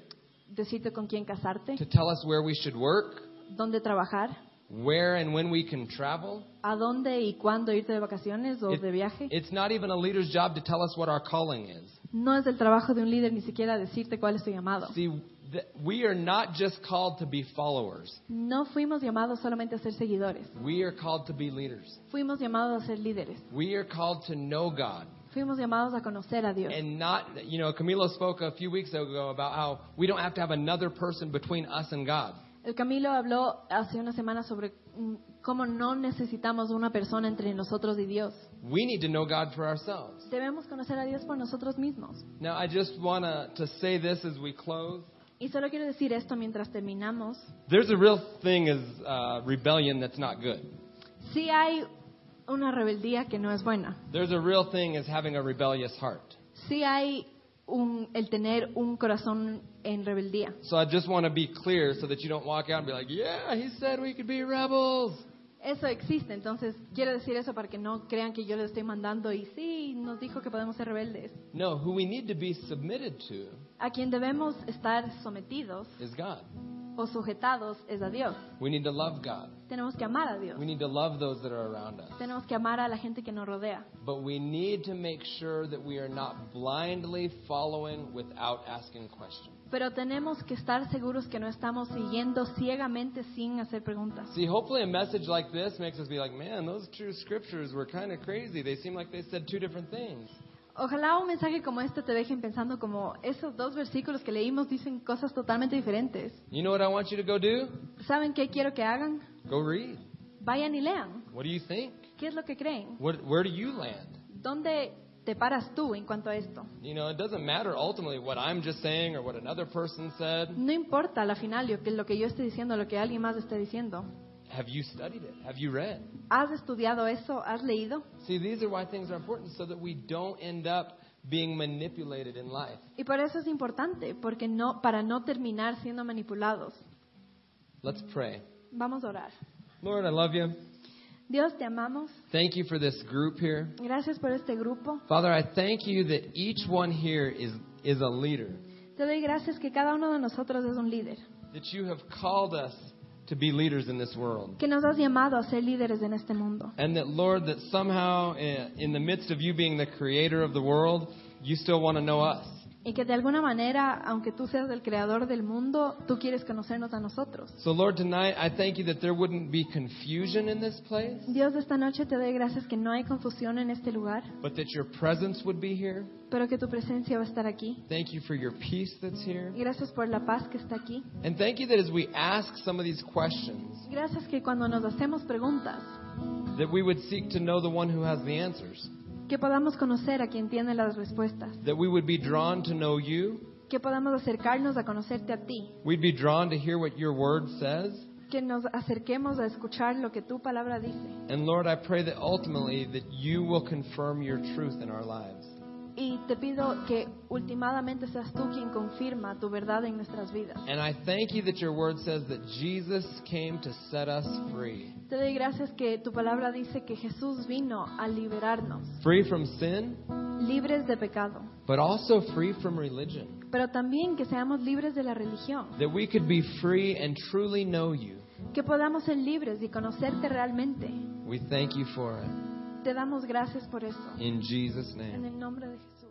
S2: decirte con quién casarte,
S1: to tell us where we should work,
S2: dónde trabajar,
S1: where and when we can travel.
S2: a dónde y cuándo irte de vacaciones o
S1: It-
S2: de viaje.
S1: it's not even a leader's job to tell us what our calling is.
S2: No es el trabajo de un líder ni siquiera decirte cuál es tu llamado.
S1: See, th- we are not just called to be followers.
S2: No fuimos llamados solamente a ser seguidores,
S1: We are called to be leaders.
S2: fuimos llamados a ser líderes,
S1: We are called to know God.
S2: fuimos llamados a conocer a Dios.
S1: And not, you know, Camilo spoke a few weeks ago about how we don't have to have another person between us and God.
S2: El Camilo habló hace una semana sobre mm, cómo no necesitamos una persona entre nosotros y Dios.
S1: We need to know God for ourselves.
S2: Debemos conocer a Dios por nosotros mismos.
S1: Now, I just want to say this as we close.
S2: Y solo quiero decir esto mientras terminamos.
S1: There's a real thing as uh, rebellion that's not good.
S2: Sí hay una rebeldía que no es buena.
S1: There's a real thing as having a rebellious heart.
S2: Sí hay un- el tener un corazón en rebeldía.
S1: So I just want to be clear so that you don't walk out and be like, yeah, he said we could be rebels.
S2: Eso existe, entonces quiero decir eso para que no crean que yo les estoy mandando y sí, nos dijo que podemos ser rebeldes.
S1: No, who we need to be submitted to
S2: A quien debemos estar sometidos
S1: is God.
S2: o sujetados es a Dios.
S1: We need to love God.
S2: Tenemos que amar a Dios.
S1: We need to love those that are around us.
S2: Tenemos que amar a la gente que nos rodea.
S1: But we need to make sure that we are not blindly following without asking questions.
S2: Pero tenemos que estar seguros que no estamos siguiendo ciegamente sin hacer preguntas.
S1: See, hopefully a message like this makes us be like, man, those two scriptures were kind of crazy. They seem like they said two different things.
S2: Ojalá un mensaje como este te dejen pensando como esos dos versículos que leímos dicen cosas totalmente diferentes.
S1: You know what I want you to go do?
S2: ¿Saben qué quiero que hagan?
S1: Go read.
S2: Vayan y lean.
S1: What do you think?
S2: ¿Qué es lo que creen?
S1: What, where do you land?
S2: ¿Dónde te paras tú en cuanto a esto?
S1: You know, it doesn't matter ultimately what I'm just saying or what another person said.
S2: No importa a la final yo- que lo que yo esté diciendo, lo que alguien más esté diciendo.
S1: Have you studied it? Have you read?
S2: ¿Has estudiado eso? ¿Has leído?
S1: See, these are why things are important so that we don't end up being manipulated in life.
S2: Y por eso es importante, porque no, para no terminar siendo manipulados.
S1: Let's pray.
S2: Vamos a orar.
S1: Lord, I love you.
S2: Dios, te amamos.
S1: Thank you for this group here.
S2: Gracias por este grupo.
S1: Father, I thank you that each one here is, is a leader,
S2: Te doy gracias que cada uno de nosotros es un líder,
S1: that you have called us to be leaders in this world.
S2: que nos has llamado a ser líderes en este mundo.
S1: And that, Lord, that somehow eh, in the midst of you being the creator of the world, you still want to know us.
S2: Y que de alguna manera, aunque tú seas el creador del mundo, tú quieres conocernos a nosotros.
S1: So, Lord, tonight I thank you that there wouldn't be confusion in this place,
S2: Dios, esta noche te doy gracias que no hay confusión en este lugar,
S1: but that your presence would be here.
S2: pero que tu presencia va a estar aquí.
S1: Thank you for your peace that's here.
S2: Gracias por la paz que está aquí.
S1: And thank you that as we ask some of these questions,
S2: Gracias que cuando nos hacemos preguntas,
S1: that we would seek to know the one who has the answers,
S2: que podamos conocer a quien tiene las respuestas,
S1: that we would be drawn to know you,
S2: que podamos acercarnos a conocerte a ti,
S1: we'd be drawn to hear what your word says.
S2: que nos acerquemos a escuchar lo que tu palabra dice.
S1: And Lord, I pray that ultimately that you will confirm your truth in our lives.
S2: Y te pido que ultimadamente seas tú quien confirma tu verdad en nuestras vidas.
S1: And I thank you that your word says that Jesus came to set us free.
S2: Te doy gracias que tu palabra dice que Jesús vino a liberarnos,
S1: Free from sin,
S2: libres de pecado,
S1: but also free from religion.
S2: pero también que seamos libres de la religión,
S1: That we could be free and truly know you.
S2: que podamos ser libres y conocerte realmente.
S1: We thank you for it.
S2: Te damos gracias por eso.
S1: In Jesus'
S2: En
S1: name.
S2: el nombre de Jesús.